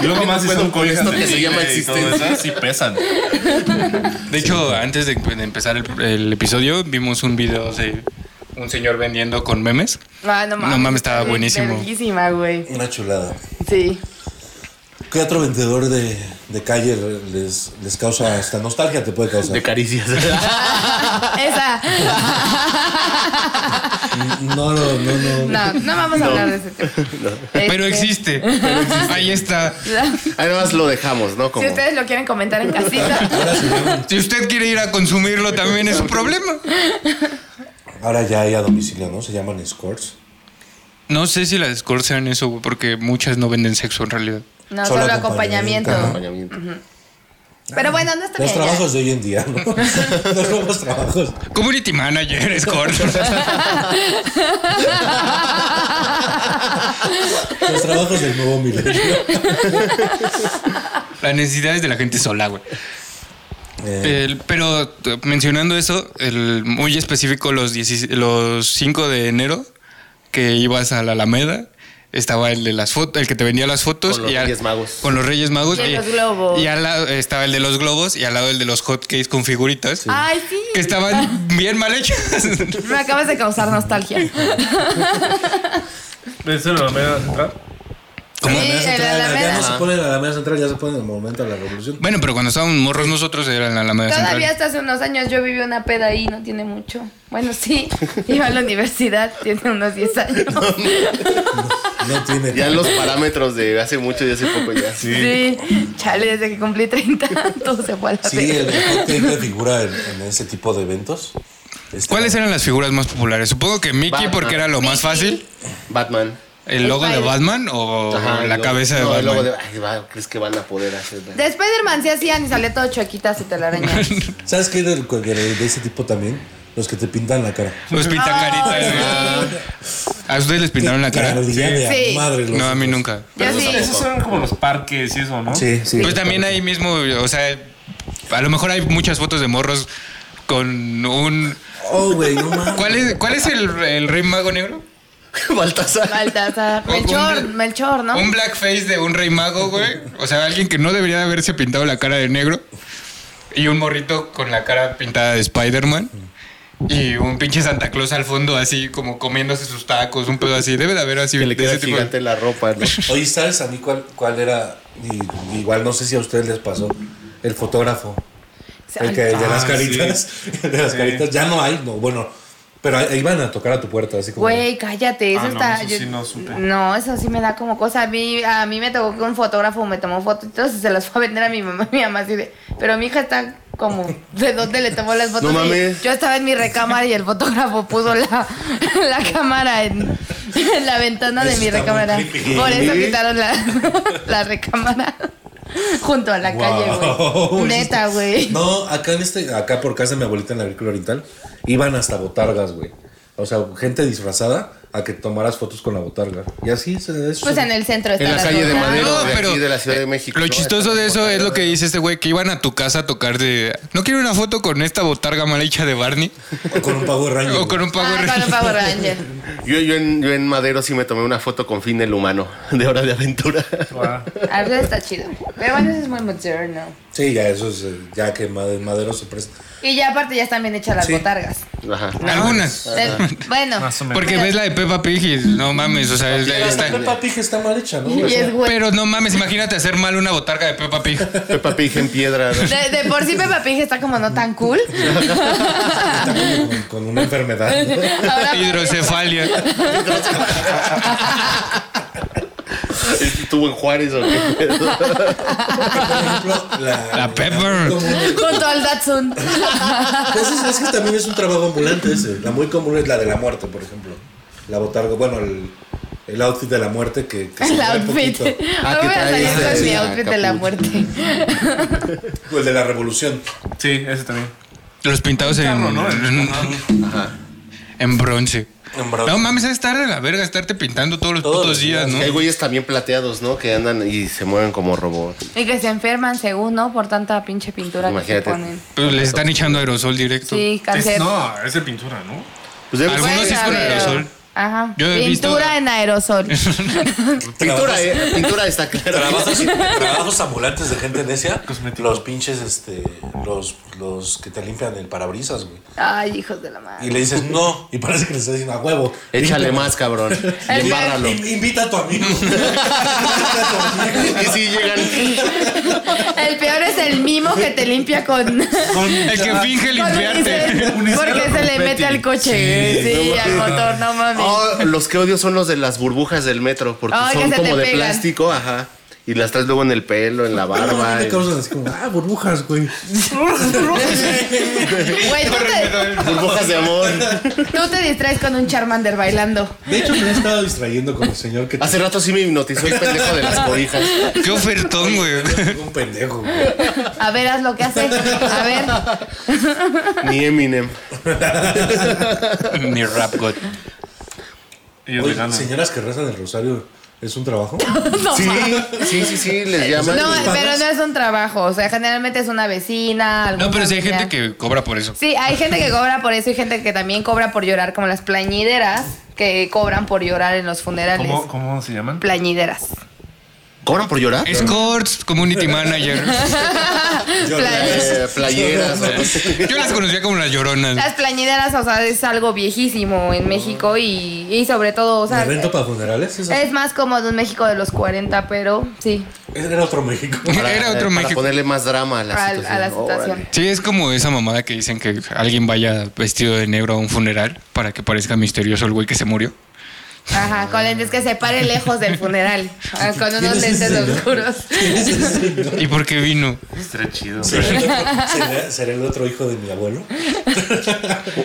S6: Y luego más si
S7: puedo
S6: son
S7: con
S6: cobijas
S7: esto
S6: de
S7: que se
S6: nieve
S7: llama
S6: y todo eso,
S7: existencia.
S6: Sí pesan.
S3: De hecho, antes de, pues, de empezar el, el episodio, vimos un video de un señor vendiendo con memes.
S4: Ah, no mames.
S3: No mames, estaba buenísimo.
S4: Buenísima, güey.
S5: Una chulada.
S4: Sí.
S5: ¿Qué otro vendedor de, de calle les, les causa hasta nostalgia? Te puede causar.
S7: De caricias. <laughs>
S4: Esa.
S5: <laughs> No, no, no, no.
S4: No, no vamos a hablar de ese tema.
S5: <laughs>
S4: Este,
S3: Pero existe. Ahí está.
S7: Además lo dejamos, ¿no?
S4: Si
S7: Como
S4: ustedes lo quieren comentar en casita.
S5: <laughs> Ahora, sería-
S3: Si usted quiere ir a consumirlo, también es su problema.
S5: ahora ya hay a domicilio, ¿no? Se llaman escorts.
S3: No sé si las Score sean eso, güey, porque muchas no venden sexo en realidad.
S4: No,
S5: Solo
S4: solo,
S5: acompañamiento.
S4: acompañamiento.
S7: acompañamiento.
S4: Pero bueno, no está bien.
S5: Los
S4: ya.
S5: trabajos de hoy en día, ¿no? <laughs> Los nuevos trabajos.
S3: Community manager, <laughs> Score.
S5: Los trabajos del nuevo milenio.
S3: Las necesidades de la gente sola, güey.
S5: Eh,
S3: El- pero t- mencionando eso, el muy específico, los, 10 los 5 de enero que ibas a la Alameda, estaba el de las fotos, el que te vendía las fotos.
S7: Con los
S3: y al-
S7: Reyes Magos.
S3: Con los Reyes Magos.
S4: Y los globos.
S3: Y al lado estaba el de los globos y al lado el de los hotcakes con figuritas.
S4: <laughs> Ay, sí.
S3: Que estaban bien mal hechas. <laughs>
S4: Me acabas de causar nostalgia.
S6: ¿Ves en la Alameda Central?
S4: Sí,
S5: Alameda
S4: en la
S5: Central, Ya
S4: Alameda.
S5: no se pone la Alameda Central, ya se pone en el momento de la revolución.
S3: bueno, pero cuando estábamos morros nosotros era en la Alameda
S4: Todavía
S3: Central.
S4: hasta hace unos años yo viví una peda ahí, no tiene mucho. Bueno, sí, <laughs> iba a la universidad, tiene unos 10
S5: <laughs>
S4: años. <laughs>
S5: No tiene.
S7: Ya los parámetros de hace mucho y hace poco ya.
S4: Sí, chale, desde que cumplí 30, todo se fue a la
S5: Sí,
S4: verga.
S5: el hotcake que figura en, en ese tipo de eventos. Este,
S3: ¿Cuáles eran las figuras más populares? Supongo que Mickey,
S7: Batman.
S3: porque era lo más fácil.
S7: Batman.
S3: ¿El logo de
S4: Spider-
S3: Batman o
S7: Ajá,
S3: la
S7: el logo-
S3: cabeza de
S7: no, el
S3: Batman?
S7: logo de- ay, va, ¿Crees que van a poder hacer?
S4: De Spider-Man sí hacían y salió todo chuequita su telaraña.
S3: <laughs>
S5: ¿Sabes qué del- de, de ese tipo también? Los que te pintan la cara.
S3: Los pintan caritas, Pues güey. ¿A ustedes les pintaron la cara?
S5: rodilla de
S4: Sí.
S5: madre. los-
S3: No, a mí nunca.
S4: Yo sí.
S6: Esos eran como los parques y eso, ¿no?
S5: Sí, sí.
S3: Pues también ahí mismo, o sea, a lo mejor hay muchas fotos de morros con un...
S5: Oh, güey, no mames.
S3: ¿Cuál es, cuál es el, el rey mago negro?
S7: Baltasar.
S6: <laughs>
S4: Baltasar. Melchor,
S3: Un-
S4: Melchor, ¿no?
S3: Un blackface de un rey mago, güey. O sea, alguien que no debería de haberse pintado la cara de negro. Y un morrito con la cara pintada de Spider-Man. Y un pinche Santa Claus al fondo así como comiéndose sus tacos, un pedo así. Debe de haber así
S7: Que le
S3: de
S7: queda
S3: ese tipo de-
S7: gigante la ropa, ¿no?
S5: Oye, ¿sabes a mí cuál, cuál era? Y- igual no sé si a ustedes les pasó. El fotógrafo. El que- el de las
S6: Ah,
S5: caritas. <laughs> el de las caritas. Ya no hay, no, bueno. Pero ahí ahí van a tocar a tu puerta, así como.
S4: Güey, cállate, eso
S6: Ah, no,
S4: está.
S6: eso sí no supe.
S4: No, eso sí me da como cosa. A mí, a mí me tocó que un fotógrafo me tomó fotitos y se las fue a vender a mi mamá. <laughs> Mi mamá así de. Pero mi hija está como. ¿De dónde le tomó las fotos?
S7: No
S4: Y
S7: mames.
S4: Yo estaba en mi recámara y el fotógrafo puso la, <laughs> la cámara en, en la ventana de
S2: Eso
S4: mi
S2: está muy
S4: recámara.
S2: creepy.
S4: Por eso quitaron la, <laughs> la recámara. <laughs> Junto a la calle,
S5: <laughs> Wow.
S4: güey. Neta, güey.
S5: No, acá en este, acá por casa de mi abuelita en la agrícola oriental, iban hasta botargas, güey. O sea, gente disfrazada a que tomaras fotos con la botarga. Y así se es.
S4: Pues en el centro está
S7: En la calle de
S4: zona.
S7: Madero,
S3: No,
S7: de
S3: pero eh,
S7: aquí de la Ciudad de México.
S3: Lo
S7: ¿no?
S3: chistoso
S7: Está
S3: de eso
S7: por
S3: es lo
S7: acá.
S3: que dice este güey, que iban a tu casa a tocar de... ¿No quiero una foto con esta botarga mal hecha de Barney?
S5: Con un pago de rayo.
S3: O con un
S4: Ah,
S3: Power
S4: con un
S3: Ranger.
S4: Power Ranger.
S7: Yo, yo, en, yo en Madero sí me tomé una foto con Fin el Humano, de Hora de Aventura.
S6: Ah,
S4: A veces está chido. Pero bueno, eso es muy moderno.
S5: Sí, ya eso es, eh, ya que made- madero se presta.
S4: Y ya aparte ya están bien hechas las
S5: Sí.
S4: botargas.
S7: Ajá.
S3: Algunas.
S4: Del- bueno.
S6: Más o menos.
S3: Porque ves la de Peppa Pig y no mames, o sea, es- está-
S5: Peppa Pig está mal hecha, ¿no?
S4: <laughs> Y es güey.
S3: Pero no mames, imagínate hacer mal una botarga de Peppa Pig.
S7: Peppa Pig en piedra. ¿no?
S4: De, de por sí Peppa Pig está como no tan cool.
S5: Está como con, con una enfermedad. ¿no?
S4: Ahora,
S3: <laughs> Hidrocefalia.
S7: ¿Estuvo en Juárez o qué?
S5: Por ejemplo, la,
S3: La Pepper.
S4: junto al Datsun.
S5: Pues es, es que también es un trabajo ambulante ese. La muy común es la de la muerte, por ejemplo. La botarga, bueno, el, el outfit de la muerte que, que se
S4: El
S5: trae
S4: outfit.
S5: poquito.
S7: Ah,
S4: Ahora
S7: que
S4: voy a
S7: trae
S4: salir con
S7: ese-
S4: mi outfit de la
S7: capucha.
S4: muerte.
S5: O El de la revolución.
S6: Sí, ese también.
S3: Los pintados en,
S6: Carro, ¿no?
S3: en, en bronce.
S5: En
S3: No mames, es estar de la verga, estarte pintando todos los
S5: Todos
S3: putos
S5: los
S3: días,
S5: días,
S3: ¿no?
S7: Que hay güeyes también plateados, ¿no? Que andan y se mueven como robots.
S4: Y que se enferman según, ¿no? Por tanta pinche pintura que
S7: Imagínate.
S4: se ponen.
S3: Pues les están echando aerosol directo.
S4: Sí,
S6: Es-
S4: cáncer.
S6: no, es de pintura, ¿no?
S7: Pues debe-
S3: Algunos
S4: Bueno,
S3: sí es con
S4: pero-
S3: aerosol.
S4: Ajá.
S3: Yo he visto-
S4: pintura en
S3: <laughs>
S4: aerosol.
S7: pintura, eh, pintura está clara.
S2: Trabajos, trabajos ambulantes de gente necia.
S6: Cosmético.
S5: Los pinches, este, los, los que te limpian el parabrisas, güey.
S4: Ay, hijos de la madre.
S5: Y le dices no, y parece que le estás diciendo a huevo.
S7: Échale más, cabrón. Y embárralo.
S5: In- <laughs> invita a tu amigo. Invita a tu amigo.
S7: Y si llegan.
S4: <laughs> El peor es el mimo que te limpia con...
S3: El que finge
S4: Cuando
S3: limpiarte.
S4: dicen,
S6: Unicel
S4: Porque
S6: o
S4: se le
S6: confeti.
S4: mete al coche, sí, al motor, no mames.
S7: Oh, los que odio son los de las burbujas del metro, porque
S4: Ay, que
S7: son
S4: se
S7: como
S4: te
S7: de
S4: pegan.
S7: plástico, ajá. Y las traes luego en el pelo, en la
S5: Ah,
S7: barba.
S5: me
S7: en-
S5: causan así como, ah, burbujas, güey.
S4: Güey, ¿tú te,
S7: Burbujas de amor.
S4: tú te distraes con un Charmander bailando.
S5: De hecho, me he estado distrayendo con el señor que
S7: Hace rato sí me hipnotizó el pendejo de
S4: <laughs>
S7: las cobijas.
S3: Qué ofertón, <laughs> güey.
S5: un pendejo, güey.
S4: A ver, haz lo que hace. A ver.
S7: Ni Eminem.
S3: Mi rap god.
S6: Ellos le
S5: Oye,
S6: ganan.
S5: señoras que rezan el rosario, ¿es un
S4: <laughs>
S5: trabajo?
S4: No,
S7: Sí,
S4: mames.
S7: sí, sí, sí, les llaman.
S4: No, eh.
S7: y-
S4: pero no es un trabajo. O sea, generalmente es una vecina. algún
S3: No, pero sí hay
S4: familiar.
S3: gente que cobra por eso.
S4: Sí, hay gente que cobra por eso y gente que también cobra por llorar, como las plañideras que cobran por llorar en los funerales.
S6: ¿Cómo, ¿Cómo se llaman?
S4: Plañideras.
S7: ¿Cobran por llorar?
S3: Escorts, community manager.
S4: Plañideras.
S7: Eh, playeras. o pues, no sé.
S3: Yo las conocía como las lloronas.
S4: Las plañideras, o sea, es algo viejísimo
S5: Ah.
S4: en México y, y sobre todo, o sea, eh,
S5: ¿Me rento para funerales? Eso-
S4: es más cómodo en México de los 40, pero sí,
S5: Era otro
S4: <laughs>
S5: México.
S7: Para-
S3: Era otro
S7: para
S3: México.
S7: ponerle más drama a la
S4: a,
S7: situación.
S4: a la situación.
S7: Órale.
S3: Sí, es como esa mamada que dicen que alguien vaya vestido de negro a un funeral para que parezca misterioso el güey que se murió.
S4: Ajá, con lentes que se pare lejos del
S5: <laughs>
S4: funeral, ah, con unos
S5: ¿Quién
S4: lentes
S5: es ese señor? <laughs>
S4: oscuros.
S3: ¿Y por qué vino?
S6: Estaría chido.
S5: ¿Será el otro- ¿Será, será el otro hijo de mi abuelo?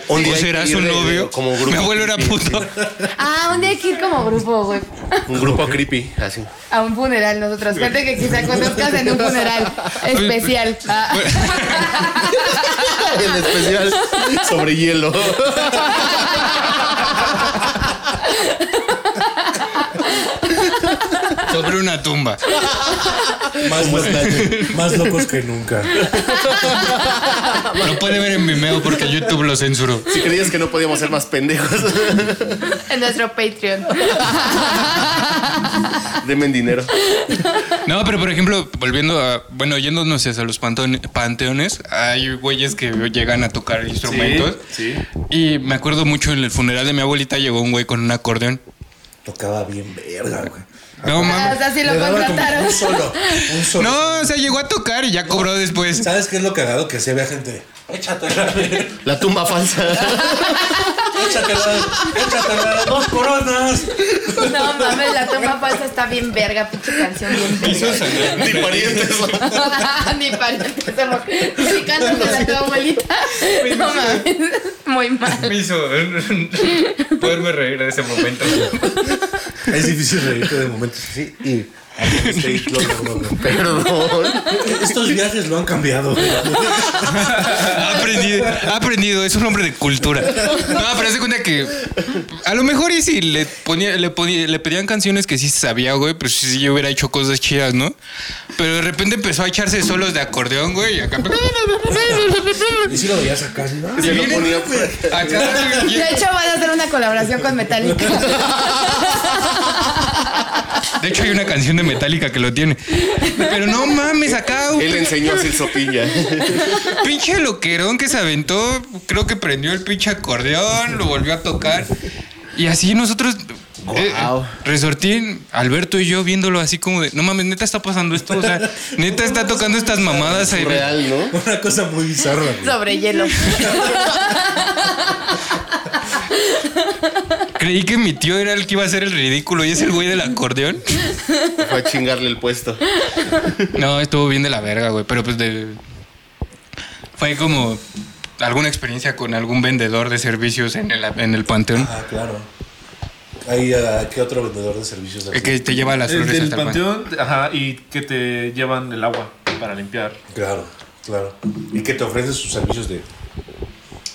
S7: Un día
S3: ¿O
S7: hay
S3: será
S7: que
S3: su
S7: ir de-
S3: novio?
S7: Como grupo
S3: Mi abuelo era
S7: creepy.
S3: puto.
S4: <laughs>
S3: <laughs>
S4: Ah, un día hay que ir como grupo, güey,
S7: Un grupo creepy, así.
S4: a un funeral nosotros. Gente que quizá conozcas en un
S5: <laughs>
S4: funeral especial. Ah,
S7: <laughs> En especial sobre hielo.
S3: Sobre una tumba.
S5: Más, locos, más locos que nunca.
S3: Lo puede ver en Vimeo porque YouTube lo censuró.
S7: Si creías que no podíamos ser más pendejos,
S4: <laughs> en nuestro Patreon.
S7: denme dinero.
S3: No, pero por ejemplo, volviendo a. Bueno, yéndonos hacia los pantone- panteones, hay güeyes que llegan a tocar instrumentos.
S6: Sí.
S3: Y me acuerdo mucho en el funeral de mi abuelita llegó un güey con un acordeón.
S5: Tocaba bien verga, güey.
S3: No
S4: Ah, o
S3: mames.
S4: sea, si <laughs> lo
S5: Le daba como
S4: contrataron.
S5: <laughs> Un solo, un solo.
S3: No, o sea, llegó a tocar y ya cobró
S7: <laughs>
S3: después.
S5: ¿Sabes qué es lo cagado? Que se había gente. Échatela, échatela,
S7: La tumba falsa.
S5: échatela, dos coronas.
S4: No mames, la tumba falsa está bien verga, pinche canción bien verga.
S7: Ni parientes.
S4: <laughs> Ni para empezamos. Dedicándosela a tu abuelita. No mames. Muy mal.
S3: Me hizo poderme reír de ese momento.
S5: Es difícil reírte de momentos así y. State
S4: <laughs>
S5: lo logró, güey.
S7: Perdón.
S5: Estos viajes lo han cambiado. güey.
S3: Ha aprendido, ha aprendido, es un hombre de cultura. No, pero se cuenta que a lo mejor y si le ponía, le ponía- le pedían canciones que sí sabía, güey, pues sí yo hubiera hecho cosas chidas, ¿no? Pero de repente empezó a echarse solos de acordeón, güey, y acá
S5: Y si lo veías acá, así, ¿no?
S7: Se lo ponía por aquí.
S3: acá
S4: De hecho, van a hacer una colaboración con Metallica.
S3: de hecho hay una canción de Metallica que lo tiene. Pero no mames, acá
S7: Él
S3: un
S7: enseñó a hacer sopilla.
S3: pinche loquerón que se aventó, creo que prendió el pinche acordeón, lo volvió a tocar. Y así nosotros. eh,
S7: Guau.
S3: resortín, Alberto y yo viéndolo así como de, no mames, neta está pasando esto, o
S6: <laughs>
S3: sea, neta está tocando estas mamadas. ahí".
S7: Real, ¿no?
S5: Una cosa muy bizarra,
S4: <laughs>
S5: güey.
S4: Sobre hielo.
S3: Creí que mi tío era el que iba a hacer el ridículo y es el güey del acordeón.
S7: Fue a chingarle el puesto.
S3: No, estuvo bien de la verga, güey, pero pues de... Fue como alguna experiencia con algún vendedor de servicios en el, en el panteón
S5: Ah, claro. Ahí, ah, ¿qué otro vendedor de servicios?
S3: eh, que te lleva las
S6: El
S3: flores
S6: del
S3: hasta el pan-
S6: panteón, ajá, y que te llevan el agua para limpiar.
S5: Claro, claro. Y que te ofrece sus servicios de.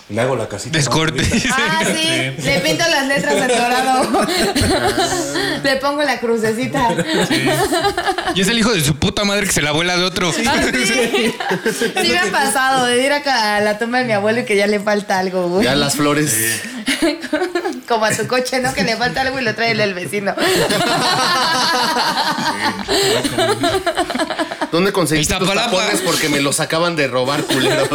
S5: Le hago la casita.
S3: Descorte.
S4: Ah, sí. Le pinto las letras de <laughs> dorado. Le pongo la crucecita.
S3: Y es el hijo de su puta madre que se la vuela de otro.
S4: Ah, sí. Sí me ha pasado de ir acá a la tumba de mi abuelo y que ya le falta algo, güey.
S7: Ya las flores.
S4: Como a tu coche, ¿no? Que le falta algo y lo trae el del <laughs> vecino.
S7: ¿Dónde conseguí tus
S3: Iztapalapa.
S7: tapones? Porque me los acaban de robar, culero.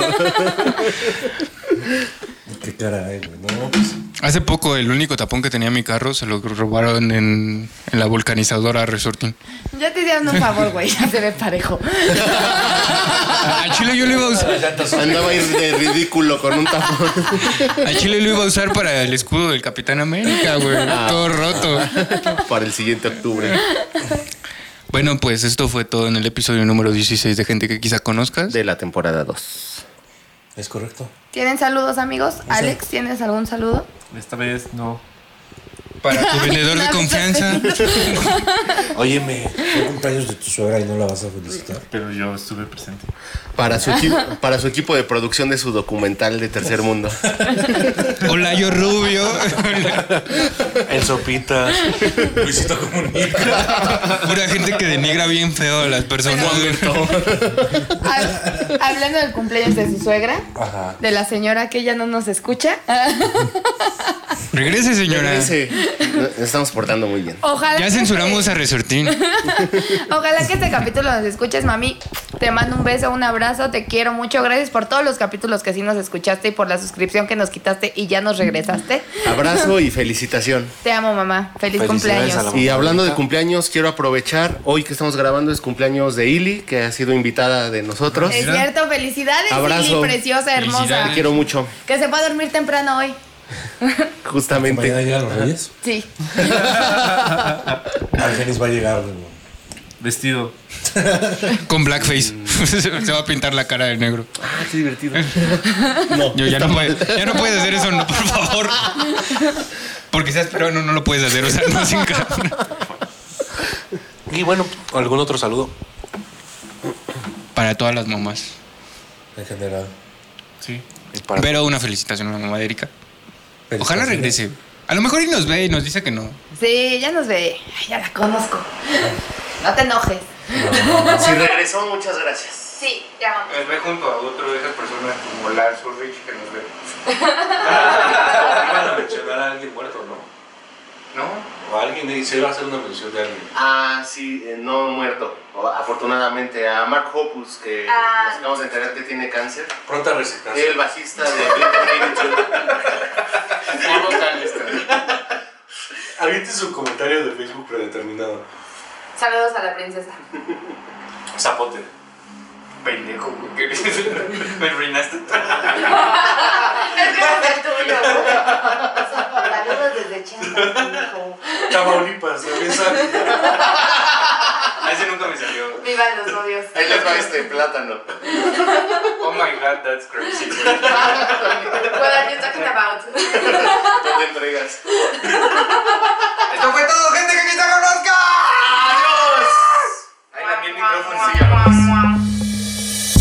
S5: Qué cara, eh, güey. No, pues.
S3: Hace poco el único tapón que tenía mi carro se lo robaron en, en la vulcanizadora Resorting.
S4: Ya te hicieron un favor, güey. Ya se ve parejo.
S3: A a Chile yo lo iba a usar,
S7: Andaba ahí de ridículo con un tapón.
S3: a Chile lo iba a usar para el escudo del Capitán América, güey. Todo roto.
S7: Para el siguiente octubre.
S3: Bueno, pues esto fue todo en el episodio número 16 de gente que quizá conozcas.
S7: De la temporada 2.
S5: Es correcto.
S4: ¿Tienen saludos, amigos? Alex, ¿tienes algún saludo?
S6: Esta vez no.
S3: Para tu vendedor de confianza.
S5: Óyeme, fue cumpleaños de tu suegra y no la vas a felicitar.
S6: Pero yo estuve presente.
S7: Para su, equi- para su equipo de producción de su documental de Tercer Mundo.
S3: Hola, yo rubio.
S2: El Sopitas. Luisito Comunica.
S3: Pura gente que denigra bien feo a las personas.
S4: Hab- Hablando del cumpleaños de su suegra,
S5: Ajá.
S4: de la señora que ya no nos escucha.
S3: Regrese, señora.
S7: Ese. Nos estamos portando muy bien.
S4: Ojalá.
S3: Ya censuramos a Resortín.
S4: <laughs> Ojalá que este capítulo nos escuches, mami. Te mando un beso, un abrazo, te quiero mucho. Gracias por todos los capítulos que sí nos escuchaste y por la suscripción que nos quitaste y ya nos regresaste.
S7: Abrazo y felicitación.
S4: Te amo, mamá. Feliz
S2: Felicidades
S4: cumpleaños.
S2: a la
S7: Y hablando de cumpleaños, quiero aprovechar hoy que estamos grabando es cumpleaños de Ili, que ha sido invitada de nosotros.
S4: Es cierto, felicidades,
S7: Abrazo.
S4: Lili, preciosa, hermosa.
S7: Te quiero mucho,
S4: Que se va a dormir temprano hoy.
S5: Mañana
S7: justamente.
S5: llegan los reyes.
S4: Sí.
S3: Ah.
S5: Argenis va a llegar, güey.
S6: Vestido.
S3: Con blackface. <laughs> Se va a pintar la cara de negro.
S7: Ah, qué divertido. No,
S3: Yo ya
S7: está
S3: no,
S7: mal.
S3: puedo- ya no puedes hacer eso, no, por favor. Porque seas peruano, no lo puedes hacer. O sea, no se encarga.
S2: Y bueno, algún otro saludo.
S3: Para todas las mamás.
S5: En general.
S6: Sí.
S2: Y para-
S3: Pero una felicitación a la mamá de Erika. Ojalá regrese. A lo mejor y nos ve y nos dice que no.
S4: Sí, ya nos ve. Ay, ya la conozco. No te enojes.
S7: Si regresó, muchas gracias.
S4: Sí, te amo.
S3: Nos ve junto a otro de esas personas como Larso Rich que nos ve.
S2: Iban a mencionar a alguien muerto, ¿no?
S3: ¿No?
S2: O a alguien y se iba a hacer una mención de alguien.
S7: Ah, sí, eh, no muerto. O- Afortunadamente, a Mark Hoppus, que
S4: Ah.
S7: nos acabamos de enterar que tiene cáncer.
S2: Pronta resignación.
S7: El bajista de Blink-182. Puro cáncer.
S9: Aviente su comentario de Facebook predeterminado.
S4: Saludos a la princesa.
S9: Zapote.
S7: Pendejo, güey. Me arruinaste todo.
S4: Es que es el tuyo. Saludos desde Chiapas.
S9: Tamaulipas, también sabe.
S7: A ese nunca me salió.
S4: Vivan los novios.
S7: Ahí les va este plátano. Oh my god, that's crazy, güey.
S4: What are you talking about?
S7: No te entregas. Esto fue todo, gente, que aquí está con Oscar. Adiós. Ahí también micrófono, síganos.